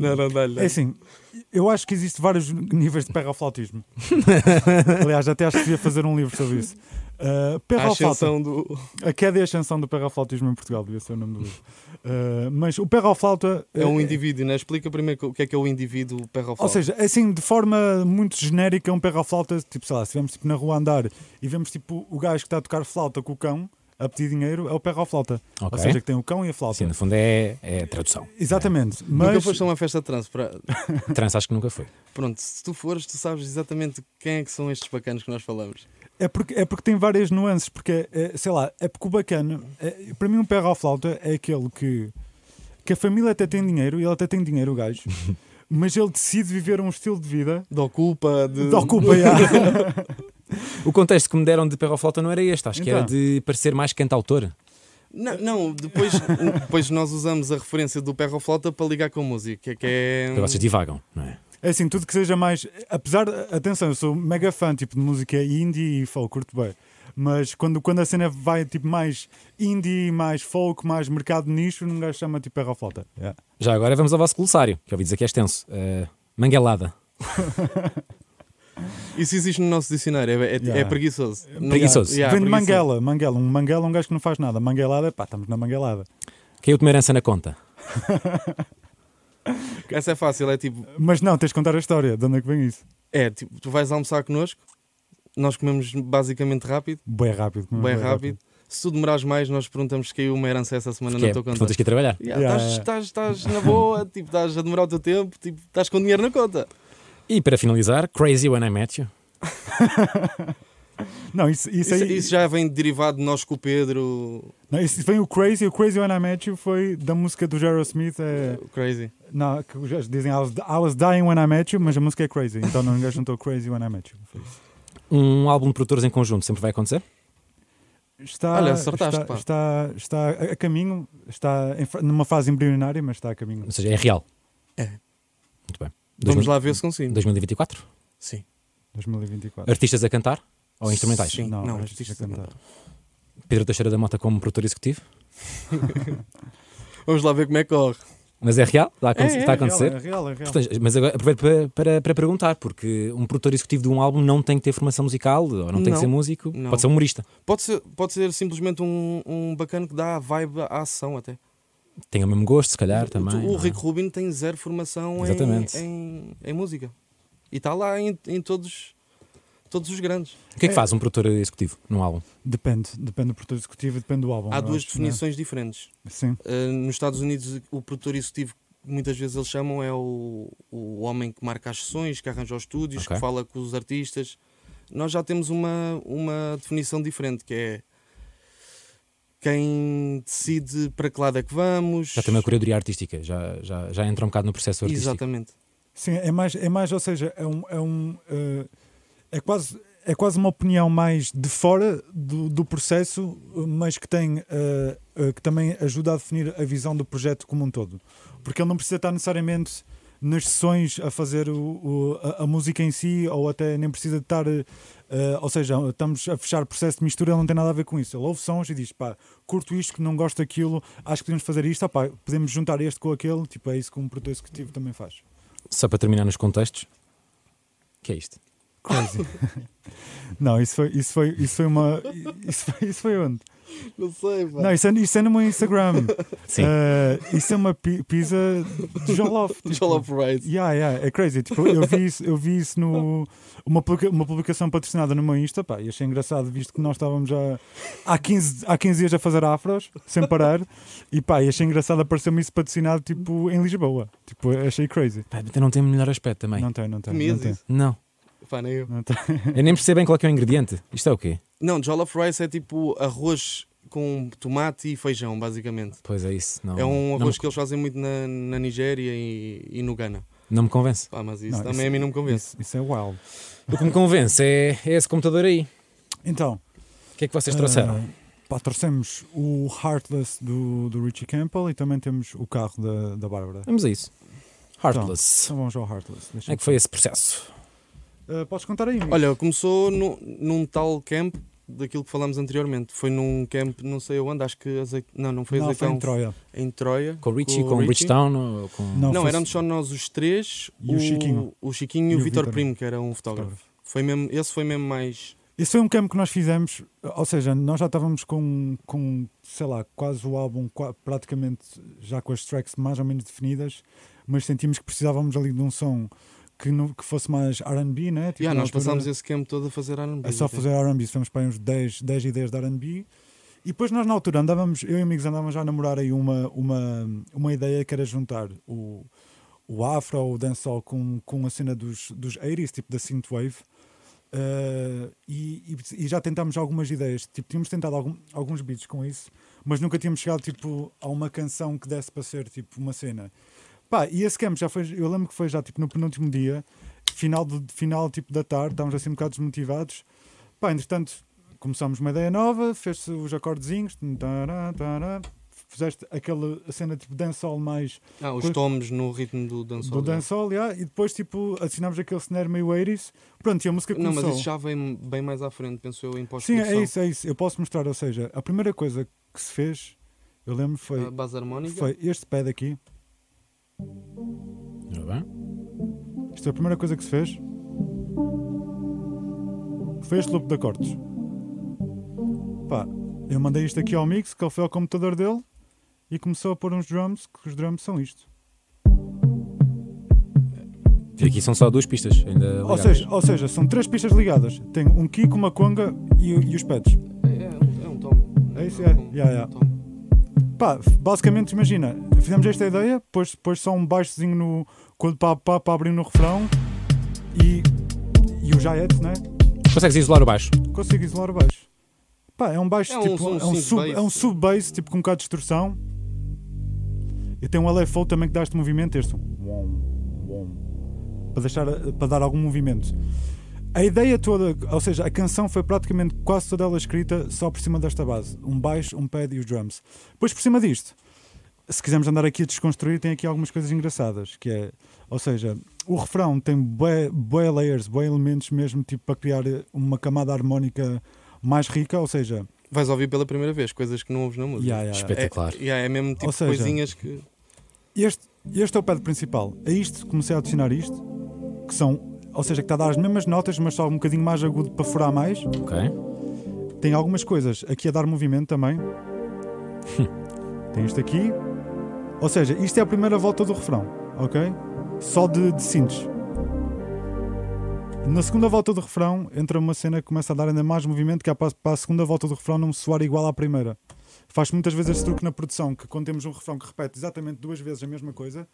S3: É assim, eu acho que existe vários níveis de perroflautismo. Aliás, até acho que devia fazer um livro sobre isso. Uh,
S2: A
S3: perroflauta.
S2: ascensão do.
S3: A queda e a ascensão do perroflautismo em Portugal, devia ser o nome do livro. Uh, mas o perroflauta. eh,
S2: É um indivíduo, né? Explica primeiro o que é que é o indivíduo perroflauta.
S3: Ou seja, assim, de forma muito genérica, um perroflauta, tipo, sei lá, se vemos tipo, na rua andar e vemos tipo o gajo que está a tocar flauta com o cão a pedir dinheiro, é o perroflauta.
S1: Ok.
S3: Ou seja, que tem o cão e a flauta.
S1: Sim, no fundo é, é a tradução.
S3: Exatamente.
S2: Nunca
S3: Mas
S2: foste a uma festa de trans. pra-
S1: Trans acho que nunca foi.
S2: Pronto, se tu fores, tu sabes exatamente quem é que são estes bacanos que nós falamos.
S3: É porque, é porque tem várias nuances, porque é, sei lá, é porque o bacana, é- para mim um perro à flauta é aquele que, que a família até tem dinheiro, e ele até tem dinheiro, o gajo, mas ele decide viver um estilo de vida
S2: De ocupa, de.
S3: de ocupa já.
S1: O contexto que me deram de perroflauta não era este, acho que era
S3: Então.
S1: de parecer mais Então cantautora.
S2: Não, não, depois, depois nós usamos a referência do perroflauta para ligar com a música, que é.
S1: Porque vocês divagam, não é?
S3: É assim, tudo que seja mais. Apesar, atenção, eu sou mega fã tipo, de música indie e folk, curto bem. Mas quando, quando a cena vai tipo mais indie, mais folk, mais mercado de nicho, um gajo chama tipo perro à flauta. Yeah.
S1: Já agora vamos ao vosso glossário, que eu ouvi dizer que é extenso. Eh, manguelada.
S2: Isso existe no nosso dicionário, é, é- é
S3: Yeah.
S2: preguiçoso. Não-
S1: Preguiçoso.
S2: Yeah,
S3: Vem de
S2: preguiçoso.
S3: manguela, manguela. Um manguela é um gajo que não faz nada. Manguelada, pá, estamos na manguelada.
S1: Caiu-te uma herança na conta.
S2: Essa é fácil, é tipo,
S3: Mas não, tens de contar a história, de onde é que vem isso?
S2: é tipo, tu vais almoçar connosco, nós comemos basicamente rápido,
S3: Bem rápido.
S1: Uhum.
S3: não é?
S2: bem rápido. Se tu demorares mais, nós perguntamos se caiu uma herança essa semana
S1: Porque
S2: na
S1: é,
S2: tua
S1: porque
S2: conta.
S1: não tens que ir trabalhar.
S2: Yeah,
S3: Yeah,
S2: estás-
S3: yeah.
S2: Estás estás na boa, tipo, estás a demorar o teu tempo, tipo, estás com dinheiro na conta.
S1: E para finalizar, Crazy When I Met You.
S3: Não, isso, isso,
S2: Isso, é-
S3: aí,
S2: isso já vem derivado de nós com o Pedro,
S3: não, isso vem o Crazy. O Crazy When I Met You foi da música do Aerosmith. É,
S2: o Crazy.
S3: não, que os gajos dizem I was, I was dying when I met you, mas a música é Crazy. Então não gajo juntou Crazy When I Met You. Foi isso.
S1: Um álbum de produtores em conjunto sempre vai acontecer?
S3: Está,
S2: Olha, acertaste,
S3: está,
S2: pá.
S3: está, está a a caminho, está em fra- numa fase embrionária, mas está a caminho.
S1: Ou seja, é real.
S2: É.
S1: Muito bem.
S2: Vamos
S1: Dois mil-
S2: lá ver se consigo.
S1: 2024?
S2: Sim.
S3: 2024.
S1: Artistas a cantar ou instrumentais?
S2: Sim.
S3: Não,
S2: não,
S3: artista
S2: artista
S3: cantar.
S1: Pedro Teixeira da Mota como produtor executivo?
S2: Vamos lá ver como é que corre.
S1: Mas é real? Está a, aconte-
S2: É, é
S1: está a
S3: É real,
S1: acontecer?
S3: É real, é real.
S1: Portanto, mas agora aproveito para, para, para perguntar, porque um produtor executivo de um álbum não tem que ter formação musical, ou não tem que
S2: Não.
S1: ser músico,
S2: Não.
S1: pode ser um humorista.
S2: Pode ser, pode ser simplesmente um, um bacana que dá vibe à ação até.
S1: Tem o mesmo gosto, se calhar, também.
S2: Tu-
S1: não
S2: o
S1: é?
S2: Rick Rubin tem zero formação
S1: Exatamente.
S2: em, em, em música. E está lá em, em todos, todos os grandes.
S1: O que é que faz um produtor executivo num álbum?
S3: Depende, depende do produtor executivo e depende do álbum.
S2: Há
S3: eu
S2: duas
S3: acho, não é?
S2: definições diferentes.
S3: Sim.
S2: Uh, nos Estados Unidos, o produtor executivo, que muitas vezes eles chamam, é o, o homem que marca as sessões, que arranja os estúdios,
S1: Ok.
S2: que fala com os artistas. Nós já temos uma, uma definição diferente, que é quem decide para que lado é que vamos.
S1: Já tem uma curadoria artística, já, já, já entra um bocado no processo artístico.
S2: Exatamente.
S3: Sim, é mais, é mais ou seja, é um. É, um, eh, é, quase, é quase uma opinião mais de fora do, do processo, mas que, tem, eh, eh, que também ajuda a definir a visão do projeto como um todo. Porque ele não precisa estar necessariamente nas sessões a fazer o, o- a, a música em si, ou até nem precisa de estar. eh, eh, ou seja, estamos a fechar o processo de mistura, ele não tem nada a ver com isso. Ele ouve sons e diz: pá, curto isto, não gosto daquilo, acho que podemos fazer isto, ah, pá, podemos juntar este com aquele. Tipo, é isso que um produtor executivo também faz.
S1: Só para terminar nos contextos, que é isto?
S3: Não, isso foi, isso foi, isso foi uma. Isso foi, isso foi onde?
S2: Não sei, pá.
S3: Não, isso é, isso é no meu Instagram.
S1: Sim.
S3: Eh, isso é uma pi- pizza de Jolof. tipo.
S2: Jollof Rice.
S3: Yeah, yeah, é crazy. Tipo, eu vi isso, eu vi isso no. Uma, publica- uma publicação patrocinada no meu Insta, pá, e achei engraçado, visto que nós estávamos já há 15, há 15 dias a fazer afros, sem parar, e pá, e achei engraçado apareceu-me isso patrocinado, tipo, em Lisboa. Tipo, achei crazy.
S1: Pá, então não tem o melhor aspecto também.
S3: Não tem, não tem. Não
S2: Comias
S3: tem.
S2: isso?
S1: Não.
S2: Pá, nem eu.
S3: Não tem.
S1: Eu nem percebo bem qual é, que é o ingrediente. Isto é o quê?
S2: Não, Jollof Rice é tipo arroz com tomate e feijão, basicamente.
S1: Pois é isso. Não,
S2: É um
S1: não, me,
S2: arroz que eles fazem muito na, na Nigéria e, e no Ghana.
S1: não me convence.
S2: Pá, mas isso
S3: Não,
S2: também
S3: isso-
S2: a mim não me convence.
S3: Isso, isso é wild.
S1: O que me convence é, é esse computador aí.
S3: Então,
S1: O que é que vocês trouxeram?
S3: Ah, pá, trouxemos o Heartless do, do Richie Campbell e também temos o carro da, da Bárbara.
S1: Vamos a isso. Heartless.
S3: Então vamos ao Heartless. deixa
S1: Como é que
S3: eu-
S1: foi esse processo?
S3: Ah, podes contar aí? amigo?
S2: Olha, começou nu- num tal camp daquilo que falámos anteriormente. Foi num camp, não sei onde, acho que azeite... Não, não foi
S3: não, foi
S2: azeitão.
S3: em Troia.
S2: em Troia.
S1: Com o Richie, com,
S2: o
S1: o
S2: Richie.
S1: Bridgetown? ou Com...
S3: Não,
S2: Não,
S3: foi-
S2: éramos só nós os três.
S3: E o Chiquinho.
S2: O Chiquinho e o Vitor Primo, que era um fotógrafo.
S3: Fotógrafo.
S2: Foi mesmo, esse foi mesmo mais.
S3: Esse foi um campo que nós fizemos, ou seja, nós já estávamos com, com sei lá, quase o álbum qua- praticamente já com as tracks mais ou menos definidas, mas sentimos que precisávamos ali de um som que, não- que fosse mais RB, né? Tipo,
S2: Yeah,
S3: na
S2: nós
S3: altura-
S2: passámos esse camp todo a fazer R&B.
S3: É só fazer RB, fomos para aí uns 10, 10 ideias de RB. E depois nós na altura andávamos, eu e amigos andávamos já a namorar aí uma, uma, uma ideia que era juntar o, o afro, o dancehall com, com a cena dos, dos 80s, tipo da synthwave. Eh, e, e- e já tentámos algumas ideias, tipo, tínhamos tentado algum- alguns beats com isso, mas nunca tínhamos chegado tipo, a uma canção que desse para ser tipo uma cena. Pá, e esse camp já foi, eu lembro que foi já tipo no penúltimo dia, final, do, final tipo da tarde, estávamos assim um bocado desmotivados. Pá, entretanto, começámos uma ideia nova, fez-se os acordezinhos, tum, tará, tará, fizeste aquela cena tipo dancehall mais
S2: Ah, os
S3: Coisa-
S2: tomes no ritmo do né? dancehall.
S3: do dancehall, yeah, e depois tipo assinámos aquele cenário meio 80s, pronto, e a música
S2: Não,
S3: começou.
S2: mas isso já vem bem mais à frente, penso eu, em
S3: Sim,
S2: pós-produção.
S3: é isso, é isso. Eu posso mostrar, ou seja, a primeira coisa que se fez, eu lembro,
S2: A
S3: foi,
S2: base harmónica.
S3: foi este pad aqui.
S1: Ora bem.
S3: Isto é a primeira coisa que se fez. Foi este loop de acordes. Pá, eu mandei isto aqui ao mix, que ele foi ao computador dele e começou a pôr uns drums, que os drums são isto.
S1: E aqui são só duas pistas. Ainda
S3: Ou
S1: ligadas.
S3: seja, ou seja, são três pistas ligadas. Tem um kick, uma conga e, e os pads.
S2: É, é um- é um tome.
S3: É isso,
S2: um-
S3: é.
S2: um-
S3: Yeah, yeah.
S2: um tome.
S3: Pá, basicamente, imagina, fizemos esta ideia, pôs, pôs só um baixozinho no. quando pá, pá, pá abrir no refrão e. e o hi-hat, né?
S1: Consegues isolar o baixo?
S3: Consigo isolar o baixo. Pá, é um baixo
S2: É um-
S3: tipo.
S2: um
S3: é, um
S2: synth
S3: sub,
S2: bass.
S3: é um sub bass, tipo com um bocado de distorção. E tem um LFO também que dá este movimento, este. uom, uom, Para, deixar, para dar algum movimento. A ideia toda, ou seja, a canção foi praticamente quase toda ela escrita só por cima desta base. Um baixo, um pad e os drums. Depois por cima disto, se quisermos andar aqui a desconstruir, tem aqui algumas coisas engraçadas, que é, ou seja, o refrão tem bué, bué layers, bué elementos mesmo, tipo, para criar uma camada harmónica mais rica, ou seja,
S2: Vais ouvir pela primeira vez coisas que não ouves na música.
S3: yeah, yeah, yeah.
S1: Espetacular.
S2: É, yeah, é mesmo tipo
S3: Ou seja-
S2: coisinhas que.
S3: Este, este é o pad principal. A isto comecei a adicionar isto, que são, ou seja, que está a dar as mesmas notas, mas só um bocadinho mais agudo para furar mais.
S1: Ok.
S3: Tem algumas coisas aqui a dar movimento também. Tem isto aqui. Ou seja, isto é a primeira volta do refrão, ok? Só de, de cintos. Na segunda volta do refrão entra uma cena que começa a dar ainda mais movimento que é para, para a segunda volta do refrão não soar igual à primeira. Faz muitas vezes este truque na produção que quando temos um refrão que repete exatamente duas vezes a mesma coisa,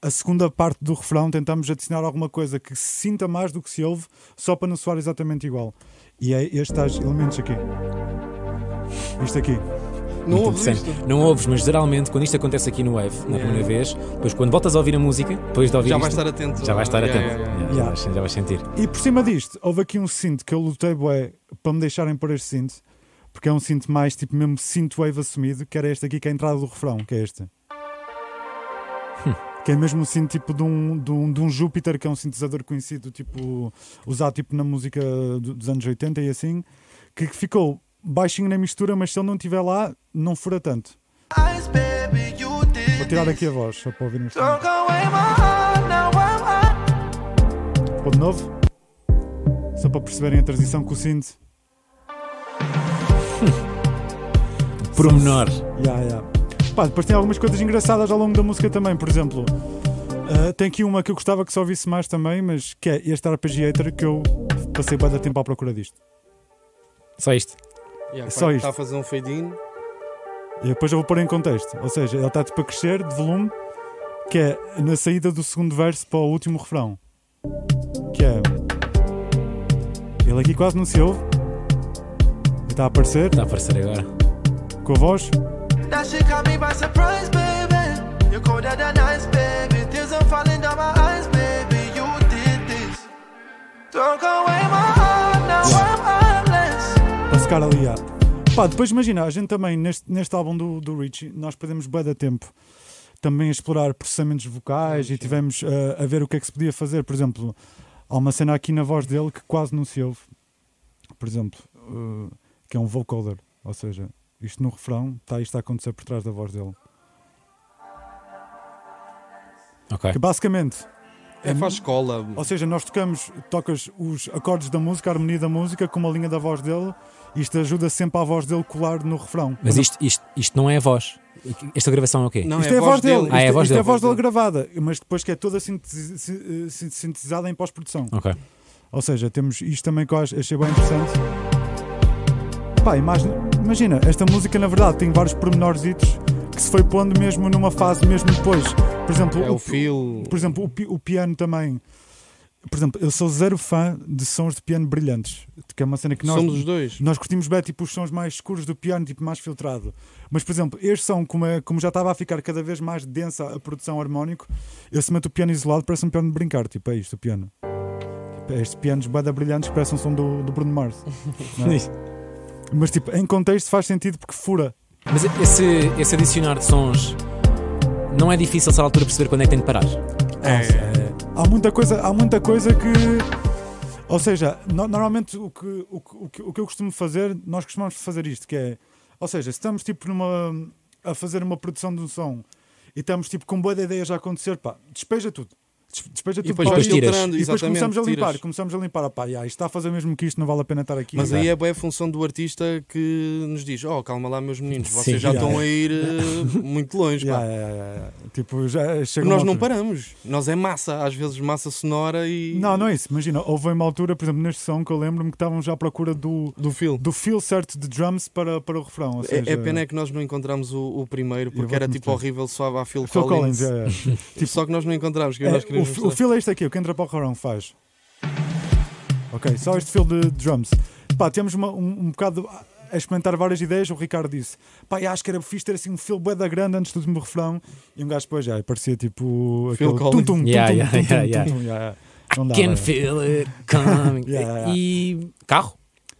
S3: a segunda parte do refrão tentamos adicionar alguma coisa que se sinta mais do que se ouve só para não soar exatamente igual. E é estes tais elementos aqui. Isto aqui.
S2: Não
S1: muito
S2: ouves
S1: interessante.
S2: isto?
S1: Não ouves, mas geralmente quando isto acontece aqui no Wave, na
S2: Yeah.
S1: primeira vez, depois quando voltas a ouvir a música, depois de ouvir
S2: Já
S1: isto,
S2: vais estar atento.
S1: já vais estar
S2: Yeah,
S1: atento.
S2: yeah, yeah.
S1: Yeah,
S3: yeah.
S1: já vais- Já vais sentir.
S3: E por cima disto, houve aqui um cinto que eu lutei bué, para me deixarem pôr este cinto, porque é um cinto mais tipo mesmo cinto wave assumido, que era este aqui que é a entrada do refrão, que é este. Que é mesmo um cinto tipo de um, de, um, de um Júpiter, que é um sintetizador conhecido, tipo, usado tipo na música do- dos anos 80 e assim, que ficou baixinho na mistura, mas se ele não estiver lá, não fura tanto.
S4: eyes, baby, you did.
S3: Vou tirar aqui a voz, só para ouvirmos.
S4: Took away my heart, now I'm hot.
S3: Pô de novo, só para perceberem a transição com o cinto.
S1: Promenor.
S3: Ya, ya. Pá, depois tem algumas coisas engraçadas ao longo da música também, por exemplo. ah, tem aqui uma que eu gostava que só ouvisse mais também, mas que é este arpeggiator que eu passei bem tempo à procura disto.
S1: Só isto.
S2: Yeah,
S3: Só
S2: claro,
S3: isto.
S2: Está a fazer um fade-in.
S3: E depois eu vou pôr em contexto. Ou seja, ele está tipo a crescer de volume, que é na saída do segundo verso para o último refrão. Que é. Ele aqui quase não se ouve. Está a aparecer
S1: Está a aparecer agora.
S3: com a voz.
S4: That shit caught me by surprise, baby. You're colder than ice, baby. Tears are falling down my eyes, baby. You did this. Took away my heart, now I'm heartless.
S3: para secar ali. ah. Pá, depois imagina, a gente também, neste, neste álbum do, do Richie, nós perdemos bué de tempo também a explorar processamentos vocais e tivemos ah, a ver o que é que se podia fazer. Por exemplo, há uma cena aqui na voz dele que quase não se ouve. Por exemplo, ah, que é um vocoder, ou seja, isto no refrão está isto a acontecer por trás da voz dele.
S1: Ok.
S3: Que basicamente,
S2: É, faz escola.
S3: ou seja, nós tocamos, tocas os acordes da música, a harmonia da música com uma linha da voz dele. Isto ajuda sempre à voz dele colar no refrão.
S1: Mas isto, isto, isto não é a voz. Esta gravação é o quê?
S2: Não,
S3: Isto é a voz dele.
S1: Ah, é a
S3: Isto-
S1: voz
S3: isto é
S1: dele.
S3: a voz dele gravada, mas depois que é toda sintetiz- si- eh, sin- sintetizada em pós-produção.
S1: Ok.
S3: Ou seja, temos isto também que eu acho- achei bem interessante. Pá, imagina, imagina, esta música na verdade tem vários pormenorzitos que se foi pondo mesmo numa fase mesmo depois. Por exemplo,
S2: É o feel.
S3: por exemplo, o, pi- o piano também. Por exemplo, eu sou zero fã de sons de piano brilhantes, que é uma cena que nós
S2: Somos os dois.
S3: nós curtimos bem tipo, os sons mais escuros do piano, tipo mais filtrado. Mas, por exemplo, este som, como, é- como já estava a ficar cada vez mais densa a produção harmónico, eu se meto o piano isolado, parece um piano de brincar. Tipo, é isto o piano. Tipo, é estes pianos bada brilhantes que parecem um som do, do Bruno Mars. não é? Mas, tipo, em contexto faz sentido porque fura.
S1: Mas esse, esse adicionar de sons não é difícil a essa altura perceber quando é que tem de parar.
S3: É, Há muita coisa, há muita coisa que. Ou seja, no- normalmente o que, o, que- o que, o que eu costumo fazer, nós costumamos fazer isto, que é. Ou seja, se estamos tipo numa. a fazer uma produção de um som e estamos tipo com boa ideia já a acontecer, pá, despeja tudo. Des- Despeja tudo
S2: depois
S3: para
S1: vais
S3: o-
S1: tiras.
S2: filtrando,
S3: e depois
S2: exatamente,
S3: começamos a limpar,
S2: tiras.
S3: começamos a limpar, opá, já, isto está a fazer mesmo que isto, não vale a pena estar aqui.
S2: Mas aí é bem a função do artista que nos diz: Oh, calma lá, meus meninos, vocês
S1: Sim,
S2: já
S3: yeah.
S2: estão a ir eh, muito longe.
S3: Já,
S2: pá."
S3: já, já, já. Tipo, já chega
S2: Porque
S3: uma
S2: nós não
S3: altura.
S2: paramos. Nós é massa, às vezes massa sonora e.
S3: Não, não é isso. Imagina, houve uma altura, por exemplo, neste som que eu lembro-me que estavam já à procura do,
S2: Do feel.
S3: do feel certo de drums para, para o refrão. Ou
S2: É,
S3: seja,
S2: é pena é que nós não encontramos o, o primeiro,
S3: Eu
S2: porque
S3: vou-te
S2: era tipo
S3: mostrar.
S2: horrível, soava a Phil,
S3: Phil
S2: Collins.
S3: Collins, é, é.
S2: Tipo, só que nós não encontramos. Que
S3: É,
S2: nós
S3: o,
S2: queríamos
S3: fi- o
S2: mostrar.
S3: feel é este aqui, o que entra para o refrão faz. Ok, só este feel de drums. Pá, temos uma- um, um bocado a experimentar várias ideias. O Ricardo disse: pá, eu acho que era fixe ter assim um feel bué da grande antes do último refrão. E um gajo depois já parecia tipo.
S2: Phil
S3: aquele
S2: Collins.
S3: tum-tum,
S1: Yeah,
S3: tum-tum,
S1: yeah, yeah,
S3: tum-tum,
S1: yeah.
S3: tum-tum, yeah, yeah. Não dá,
S1: Can
S3: não é? dá.
S1: feel it coming.
S3: Yeah, yeah.
S1: E carro.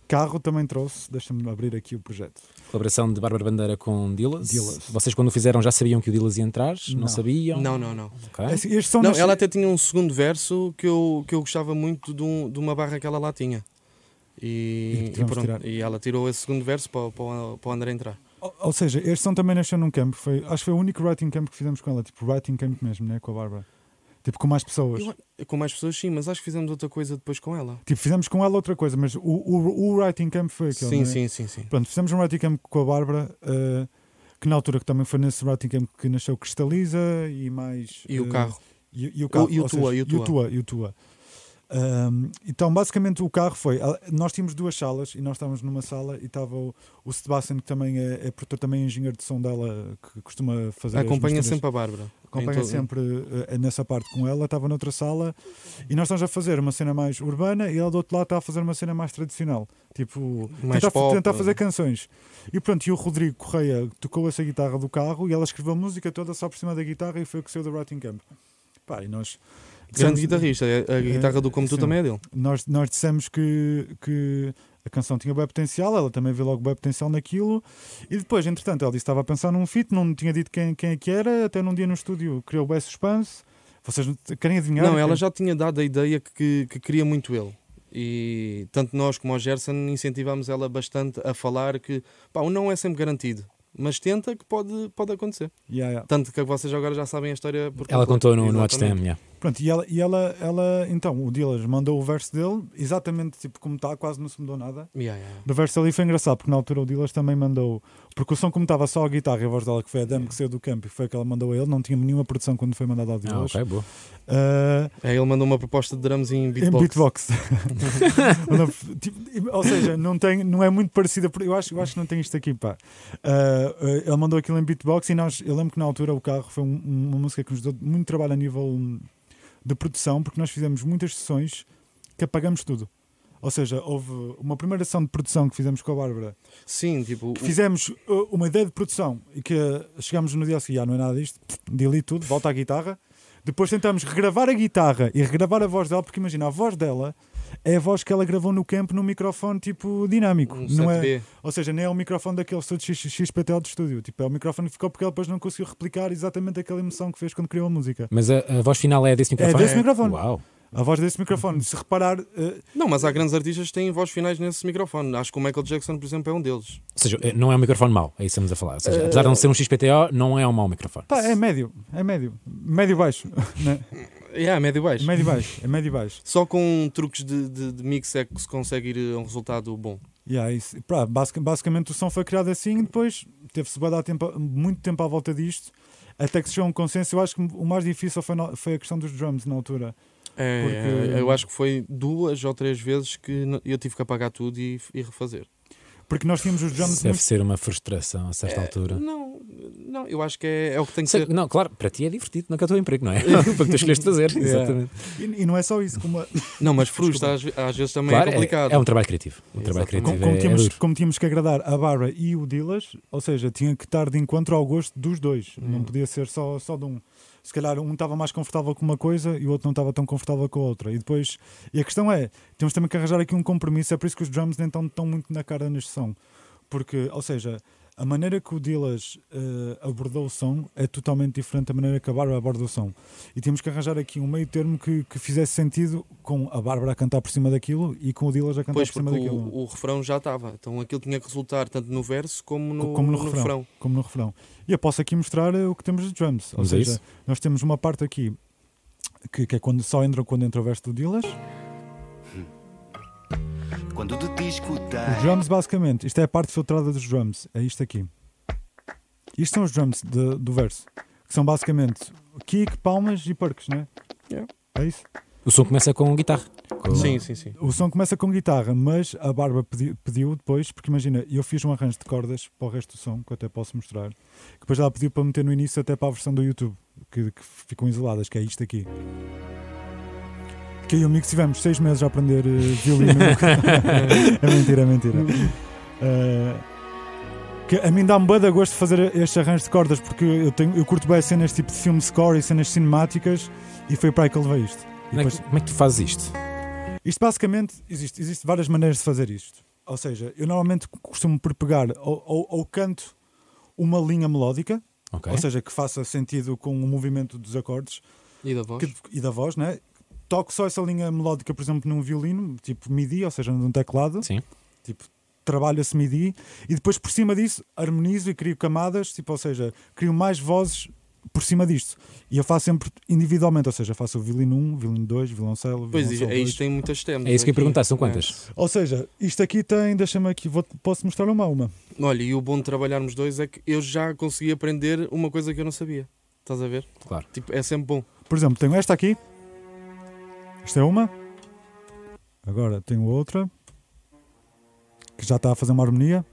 S3: Carro também trouxe, deixa-me abrir aqui o projeto.
S1: Colaboração de Bárbara Bandeira com Dillas.
S3: Dillas.
S1: Vocês quando o fizeram já sabiam que o Dillas ia entrar? Não,
S3: Não.
S1: sabiam?
S2: Não, É não, não.
S1: Ok.
S3: Esse- Este som
S2: Não,
S3: nasce-
S2: ela até tinha um segundo verso que eu, que eu gostava muito de, um- de uma barra que ela lá tinha.
S3: E que
S2: E, e
S3: tivemos
S2: pronto.
S3: de tirar.
S2: E ela tirou esse segundo verso para, o- para, o- para o André entrar.
S3: Ou, ou seja, este som também nasceu num campo. Foi, acho que foi o único writing camp que fizemos com ela. Tipo, writing camp mesmo, né? Com a Bárbara. Tipo, com mais pessoas.
S2: Eu- com mais pessoas, sim, mas acho que fizemos outra coisa depois com ela.
S3: Tipo, fizemos com ela outra coisa, mas o, o, o writing camp foi aquele.
S2: sim,
S3: né?
S2: sim, sim, sim.
S3: Pronto, fizemos um writing camp com a Bárbara, eh, que na altura que também foi nesse writing camp que nasceu Cristaliza e mais.
S2: E o
S3: eh,
S2: carro.
S3: E, e o carro.
S2: O- e o
S3: ou
S2: Tua,
S3: seja,
S2: e o
S3: E o Tua. e o Tua. Um, então, basicamente, o carro foi. ah, Nós tínhamos duas salas e nós estávamos numa sala e estava o, o Sebastian, que também é, é produtor, também é engenheiro de som dela, que costuma fazer. as
S2: Acompanha
S3: misturas.
S2: sempre a Bárbara.
S3: Acompanha
S2: Em todo-
S3: sempre eh, nessa parte com ela. Estava noutra sala e nós estamos a fazer uma cena mais urbana e ela do outro lado está a fazer uma cena mais tradicional. Tipo,
S2: Mais
S3: tentar,
S2: pop,
S3: tentar
S2: eh.
S3: fazer canções. E pronto, e o Rodrigo Correia tocou essa guitarra do carro e ela escreveu a música toda só por cima da guitarra e foi o que saiu da Rotting Camp. Pá, e nós.
S2: Grande guitarrista. A a guitarra do Como Tu
S3: Eh, sim.
S2: também é dele.
S3: nós, nós dissemos que, que a canção tinha bem potencial, ela também viu logo bem potencial naquilo, e depois, entretanto, ela disse que estava a pensar num feat, não tinha dito quem, quem é que era, até num dia no estúdio criou bem suspense. Vocês não- querem adivinhar?
S2: Não, ela já tinha dado a ideia que- que, que queria muito ele. E tanto nós como o Gerson incentivámos ela bastante a falar que pá, o não é sempre garantido, mas tenta que pode, pode acontecer.
S3: Yeah, yeah.
S2: Tanto que vocês agora já sabem a história. por
S1: Ela
S2: completo.
S1: contou no, no
S2: Exatamente.
S1: WhatsApp, yeah.
S3: Pronto, e ela, e ela, ela então, o Dillas mandou o verso dele, exatamente tipo como está, quase não se mudou nada.
S2: Yeah, yeah.
S3: Do verso ali foi engraçado, porque na altura o Dillas também mandou, porque o som como estava só a guitarra e a voz dela, que foi a Dame que saiu do campo e foi a que ela mandou a ele, não tinha nenhuma produção quando foi mandada ao
S1: Ah,
S3: Dillas.
S1: ok, boa.
S3: Ah,
S2: Aí ele mandou uma proposta de drums em
S3: Em
S2: beatbox.
S3: beatbox. Não, tipo, ou seja, não, tem, não é muito parecida. por- Eu acho, eu acho que não tem isto aqui, pá. Ah, ah, ele mandou aquilo em beatbox e nós, eu lembro que na altura o carro foi um- uma música que nos deu muito trabalho a nível hum, de produção, porque nós fizemos muitas sessões que apagamos tudo. Ou seja, houve uma primeira sessão de produção que fizemos com a Bárbara.
S2: Sim, tipo, o-
S3: que Fizemos ah, uma ideia de produção e que ah, chegámos no dia seguinte, ah, não é nada disto, delete tudo, volta à guitarra. Depois tentamos regravar a guitarra e regravar a voz dela, porque imagina, a voz dela é a voz que ela gravou no campo num microfone tipo dinâmico.
S2: um
S3: não é,
S2: 7B.
S3: ou seja, nem é o microfone daquele todo XPTL de estúdio. Tipo, é o microfone que ficou porque ela depois não conseguiu replicar exatamente aquela emoção que fez quando criou a música.
S1: Mas a, a voz final é desse microfone?
S3: desse microfone.
S1: Uau.
S3: A voz desse microfone, se reparar, eh,
S2: Não, mas há grandes artistas que têm voz finais nesse microfone. Acho que o Michael Jackson, por exemplo, é um deles.
S1: Ou seja, eh, não é um microfone mau, é isso que estamos a falar. Ou seja, apesar de não ser um XPTO, não é um mau microfone.
S3: Eh, pá, é médio, é médio, médio baixo, né?
S2: É, yeah, médio e baixo.
S3: médio baixo, é médio baixo.
S2: Só com truques de, de, de mix é que se consegue ir a um resultado bom.
S3: E aí, se- pá, basic- basicamente o som foi criado assim e depois teve-se bué de dar tempo, muito tempo à volta disto. Até que se chegou a um consenso, eu acho que o mais difícil foi, na- foi a questão dos drums na altura.
S2: É,
S3: Porque-
S2: é, eu acho que foi duas ou três vezes que n- eu tive que apagar tudo e, e refazer.
S3: Porque nós tínhamos os drums
S1: Isso deve
S3: muito
S1: ser uma frustração a certa altura.
S2: É, Não, não, eu acho que é, é o que tem que
S1: Sei-
S2: ser.
S1: não, claro, para ti é divertido, não é que é o teu emprego, não é? Porque tu escolheste fazer.
S2: É,
S3: Yeah.
S1: Exatamente.
S3: E, e não é só isso, como, a-
S2: Não, mas frustra às, ve- às vezes também
S1: Claro,
S2: é complicado.
S1: É, um trabalho criativo. Um trabalho
S2: Exatamente.
S1: criativo
S3: como, como
S1: é- é
S3: tínhamos,
S1: duro.
S3: como tínhamos que agradar a Barra e o Dillas, ou seja, tinha que estar de encontro ao gosto dos dois, não
S2: Hum.
S3: podia ser só, só de um. Se calhar um estava mais confortável com uma coisa e o outro não estava tão confortável com a outra. E depois, e a questão é, temos também que arranjar aqui um compromisso, é por isso que os drums nem estão tão muito na cara neste som. Porque, ou seja, a maneira que o Dillas eh, abordou o som é totalmente diferente da maneira que a Bárbara aborda o som. E temos que arranjar aqui um meio termo que, que fizesse sentido com a Bárbara a cantar por cima daquilo e com o Dillas a cantar
S2: Pois,
S3: por cima
S2: porque
S3: daquilo.
S2: o, o refrão já estava. Então aquilo tinha que resultar tanto no verso como no,
S3: como no
S2: no
S3: refrão. como no refrão. E eu posso aqui mostrar eh, o que temos de drums. Ou
S1: Vamos a
S3: seja,
S1: isso?
S3: nós temos uma parte aqui que, que é quando só entram quando entra o verso do Dillas.
S5: Quando de ti escutei,
S3: Os drums, basicamente, isto é a parte filtrada dos drums. É isto aqui. Isto são os drums de- do verso, que são basicamente kick, palmas e perks, né?
S2: Yeah.
S3: É isso?
S1: O som começa com guitarra. Com-
S2: Sim, sim, sim.
S3: O som começa com guitarra, mas a Barba pedi- pediu depois, porque imagina, eu fiz um arranjo de cordas para o resto do som, que eu até posso mostrar, que depois ela pediu para meter no início até para a versão do YouTube, que, que ficam isoladas, que é isto aqui. Que eu e o Mico tivemos seis meses a aprender eh, violino. é mentira, é mentira. Eh, que a mim dá-me bué de gosto fazer este arranjo de cordas, porque eu, tenho, eu curto bem cenas tipo de filme score e cenas cinemáticas, e foi para aí que eu levei isto. E
S1: Como é,
S3: depois-
S1: que, como é que tu fazes isto?
S3: isto basicamente existe, existe várias maneiras de fazer isto. Ou seja, eu normalmente costumo por pegar ou, ou- ou canto uma linha melódica,
S1: Ok.
S3: ou seja, que faça sentido com o movimento dos acordes
S2: E da voz?
S3: que- e da voz, né? Toco só essa linha melódica, por exemplo, num violino, tipo MIDI, ou seja, num teclado,
S1: Sim.
S3: tipo trabalho esse MIDI e depois por cima disso harmonizo e crio camadas, tipo, ou seja, crio mais vozes por cima disto. E eu faço sempre individualmente, ou seja, faço o violino 1, violino 2, violoncelo,
S2: Pois,
S3: violoncelo
S2: é,
S3: 2.
S2: isto tem muitas temas.
S1: É isso que eu ia
S2: aqui.
S1: perguntar, são quantas?
S3: Ou seja, isto aqui tem, deixa-me aqui, vou, posso mostrar uma a uma.
S2: É. Olha, e o bom de trabalharmos dois é que eu já consegui aprender uma coisa que eu não sabia. Estás a ver?
S1: Claro.
S2: Tipo, é sempre bom.
S3: Por exemplo, tenho esta aqui. Isto é uma. Agora tenho outra que já está a fazer uma harmonia.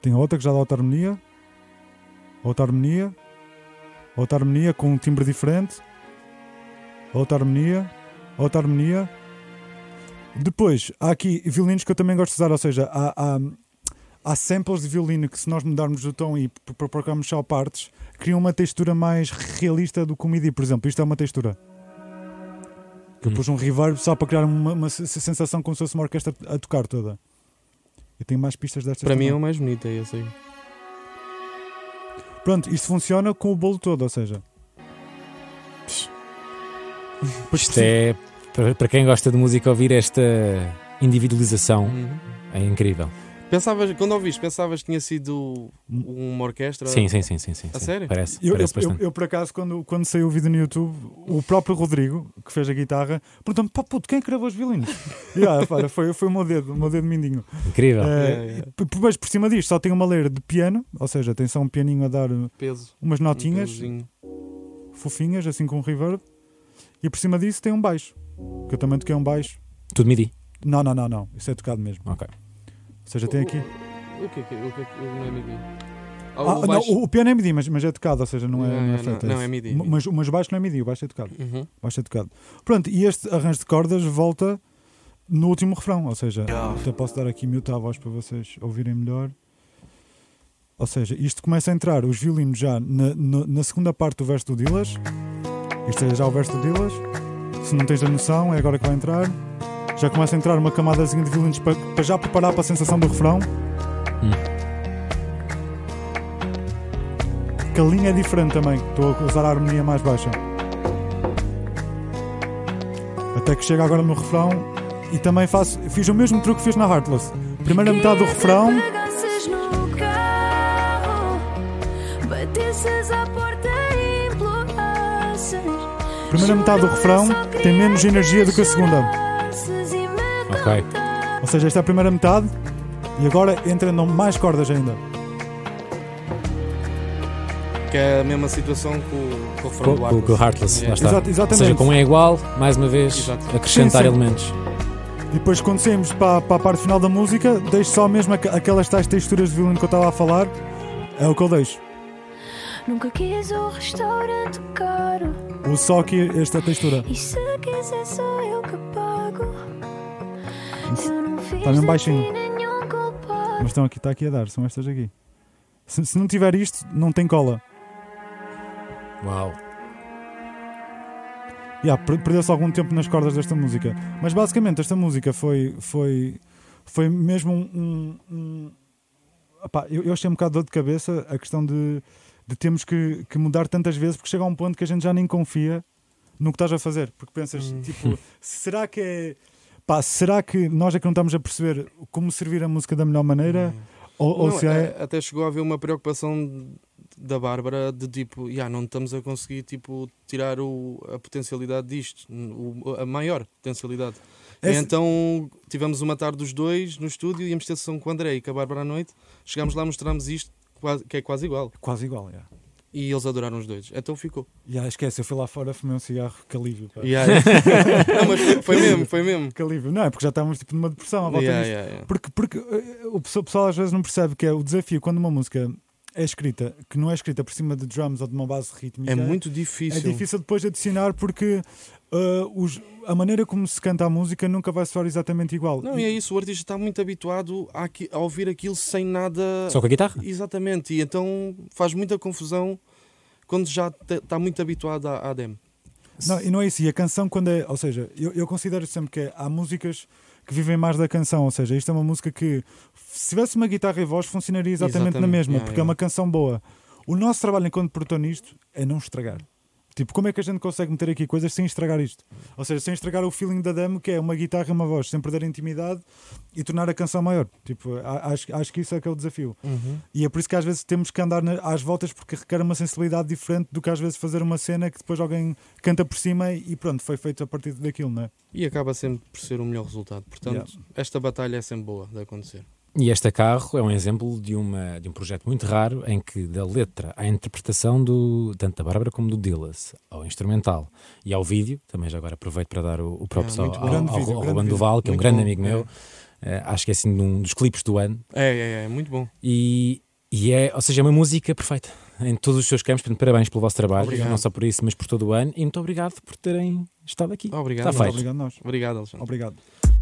S3: Tenho outra que já dá outra harmonia. Outra harmonia. Outra harmonia com um timbre diferente. Outra harmonia. Outra harmonia. Depois, há aqui violinos que eu também gosto de usar, ou seja, há, há, há samples de violino que se nós mudarmos o tom e pro- pro- procurarmos só partes, criam uma textura mais realista do que o MIDI, por exemplo. Isto é uma textura. Que eu
S2: Hum.
S3: pus um reverb só para criar uma, uma se- se- sensação como se fosse uma orquestra a tocar toda. Eu tenho mais pistas destas
S2: Para mim
S3: também.
S2: é o mais bonito, é esse aí.
S3: Pronto, isto funciona com o bolo todo, ou seja...
S1: Isto é, para- para quem gosta de música, ouvir esta individualização
S2: Uhum.
S1: é incrível.
S2: Pensavas, quando ouviste, pensavas que tinha sido uma orquestra?
S1: Sim, sim, sim, sim. sim,
S2: A
S1: sim.
S2: sério?
S1: Parece,
S3: Eu, eu,
S1: parece bastante.
S3: eu- eu, por acaso, quando, quando saiu o vídeo no YouTube, o próprio Rodrigo, que fez a guitarra, perguntou-me: pá, puto, quem é que gravou os violinos? e ah, pá, foi, foi o meu dedo, o meu dedo mindinho.
S1: Incrível.
S2: É,
S3: Eh,
S2: é.
S3: e por- por- Mas por cima disto, só tem uma leira de piano, ou seja, tem só um pianinho a dar uh,
S2: Peso.
S3: umas
S2: um
S3: notinhas
S2: pesozinho.
S3: fofinhas, assim com um reverb, e por cima disso tem um baixo, que eu também toquei um baixo.
S1: Tudo midi.
S3: Não, não, não, não, isso é tocado mesmo.
S1: Ok.
S3: Ou seja, tem aqui.
S2: O que é que o que é que- o que não é MIDI? Ah,
S3: Ah,
S2: o
S3: não,
S2: baixo.
S3: o, o piano é MIDI, mas, mas é tocado, ou seja, não é,
S2: Não,
S3: não é
S2: não,
S3: feito.
S2: não,
S3: esse.
S2: é MIDI,
S3: Ma- Mas, mas o baixo não é MIDI, o baixo é tocado.
S2: Uhum.
S3: vai ser tocado. Pronto, e este arranjo de cordas volta no último refrão, ou seja, até posso dar aqui mute à voz para vocês ouvirem melhor. Ou seja, isto começa a entrar os violinos já na, na- na segunda parte do verso do Dillas. Isto é já o verso do Dillas. Se não tens a noção, é agora que vai entrar. Já começa a entrar uma camadazinha de violinos para, para já preparar para a sensação do refrão. Que a linha é diferente também. Estou a usar a harmonia mais baixa. Até que chega agora no refrão e também faço, fiz o mesmo truque que fiz na Heartless. Primeira metade do refrão,
S6: Pegasses no carro, batesses à porta e implorasses.
S3: primeira metade do refrão tem menos energia do que a segunda.
S6: Chorasses e me
S1: Ok.
S3: Ou seja, esta é a primeira metade e agora entram mais cordas ainda.
S2: Que é a mesma situação com, com o
S1: Com
S2: refrão do
S1: com- com o Heartless, lá está.
S3: Exato- exatamente.
S1: Ou seja, como é igual, mais uma vez,
S2: Exato.
S1: acrescentar
S3: Sim, sim.
S1: elementos.
S3: E depois quando saímos para, para a parte final da música, deixo só mesmo aqu- aquelas tais texturas de violino que eu estava a falar. É o que eu deixo. Ah.
S6: Nunca quis o restaurante caro.
S3: O só que esta textura.
S6: E se quiser, sou eu que pago. Eu não fiz
S3: Tá mesmo
S6: de ti
S3: baixinho.
S6: nenhum culpado.
S3: Mas estão aqui, está aqui a dar, são estas aqui. Se, se não tiver isto, não tem cola.
S1: Uau.
S3: Yeah, per- Perdeu-se algum tempo nas cordas desta música. Mas basicamente esta música foi, foi, foi mesmo um. um- um- Epá, eu, eu achei um bocado dor de cabeça a questão de, de termos que, que mudar tantas vezes porque chega a um ponto que a gente já nem confia no que estás a fazer. Porque pensas, tipo, será que é. Pá, será que nós é que não estamos a perceber como servir a música da melhor maneira? Ou, ou
S2: Não,
S3: se Hum. é.
S2: a- Até chegou a haver uma preocupação da Bárbara de tipo, "Ya, não estamos a conseguir tipo, tirar o- a potencialidade disto, o- a maior potencialidade. E
S3: Esse-
S2: Então tivemos uma tarde dos dois no estúdio, íamos ter sessão com o André e com a Bárbara à noite. Chegámos lá, mostramos isto, quase- que é quase igual.
S3: Quase igual, yeah.
S2: E eles adoraram os dois. Então ficou.
S3: Yeah, ah, esquece, eu fui lá fora, fumei um cigarro, que alívio. Pá.
S2: Ya, ya. não, mas foi, foi mesmo, foi mesmo.
S3: Que alívio. Não, é porque já estávamos tipo numa depressão à volta
S2: Ya,
S3: disto.
S2: ya, ya.
S3: Porque, porque eh, o pessoal, o pessoal às vezes não percebe que é o desafio quando uma música é escrita, que não é escrita por cima de drums ou de uma base rítmica.
S2: É muito
S3: é
S2: difícil.
S3: difícil depois de adicionar porque eh, os- a maneira como se canta a música nunca vai soar exatamente igual.
S2: Não, e é isso, o artista está muito habituado a, aqui- a ouvir aquilo sem nada.
S1: Só com a guitarra?
S2: Exatamente, e então faz muita confusão quando já está muito habituado à, à demo.
S3: Não, e não é isso. E a canção, quando é. Ou seja, eu, eu considero sempre que é- há músicas que vivem mais da canção. Ou seja, isto é uma música que, se tivesse uma guitarra e voz, funcionaria exatamente, na
S2: Exatamente.
S3: mesma,
S2: Yeah,
S3: porque é
S2: yeah.
S3: uma canção boa. O nosso trabalho enquanto produtor nisto é não estragar. Tipo, como é que a gente consegue meter aqui coisas sem estragar isto? Ou seja, sem estragar o feeling da demo, que é uma guitarra e uma voz, sem perder a intimidade e tornar a canção maior. Tipo, a- acho, acho que isso é que é o desafio. E é por isso que às vezes temos que andar na- às voltas porque requer uma sensibilidade diferente do que às vezes fazer uma cena que depois alguém canta por cima e pronto, foi feito a partir daquilo, não é?
S2: E acaba sempre por ser o melhor resultado. Portanto,
S3: Yeah.
S2: esta batalha é sempre boa de acontecer.
S1: E esta carro é um exemplo de, uma, de um projeto muito raro em que da letra à interpretação do, tanto da Bárbara como do Dillas, ao instrumental e ao vídeo, também já agora aproveito para dar o, o props
S2: É,
S1: ao,
S2: muito
S1: ao,
S2: bom.
S3: Grande
S1: ao-
S3: vídeo,
S1: ao
S3: grande
S1: Ruben
S3: vídeo.
S1: Duval, que é um
S2: Muito
S1: grande
S2: bom,
S1: amigo meu, eh, acho que é assim um dos clipes do ano,
S2: É, é, é, muito bom.
S1: e, e é, ou seja, é uma música perfeita em todos os seus campos. Portanto, parabéns pelo vosso trabalho,
S2: Obrigado.
S1: não só por isso, mas por todo o ano. E muito obrigado por terem estado aqui.
S2: Obrigado.
S1: Está Tá feito.
S3: Obrigado, nós.
S2: Obrigado, Alexandre.
S3: Obrigado.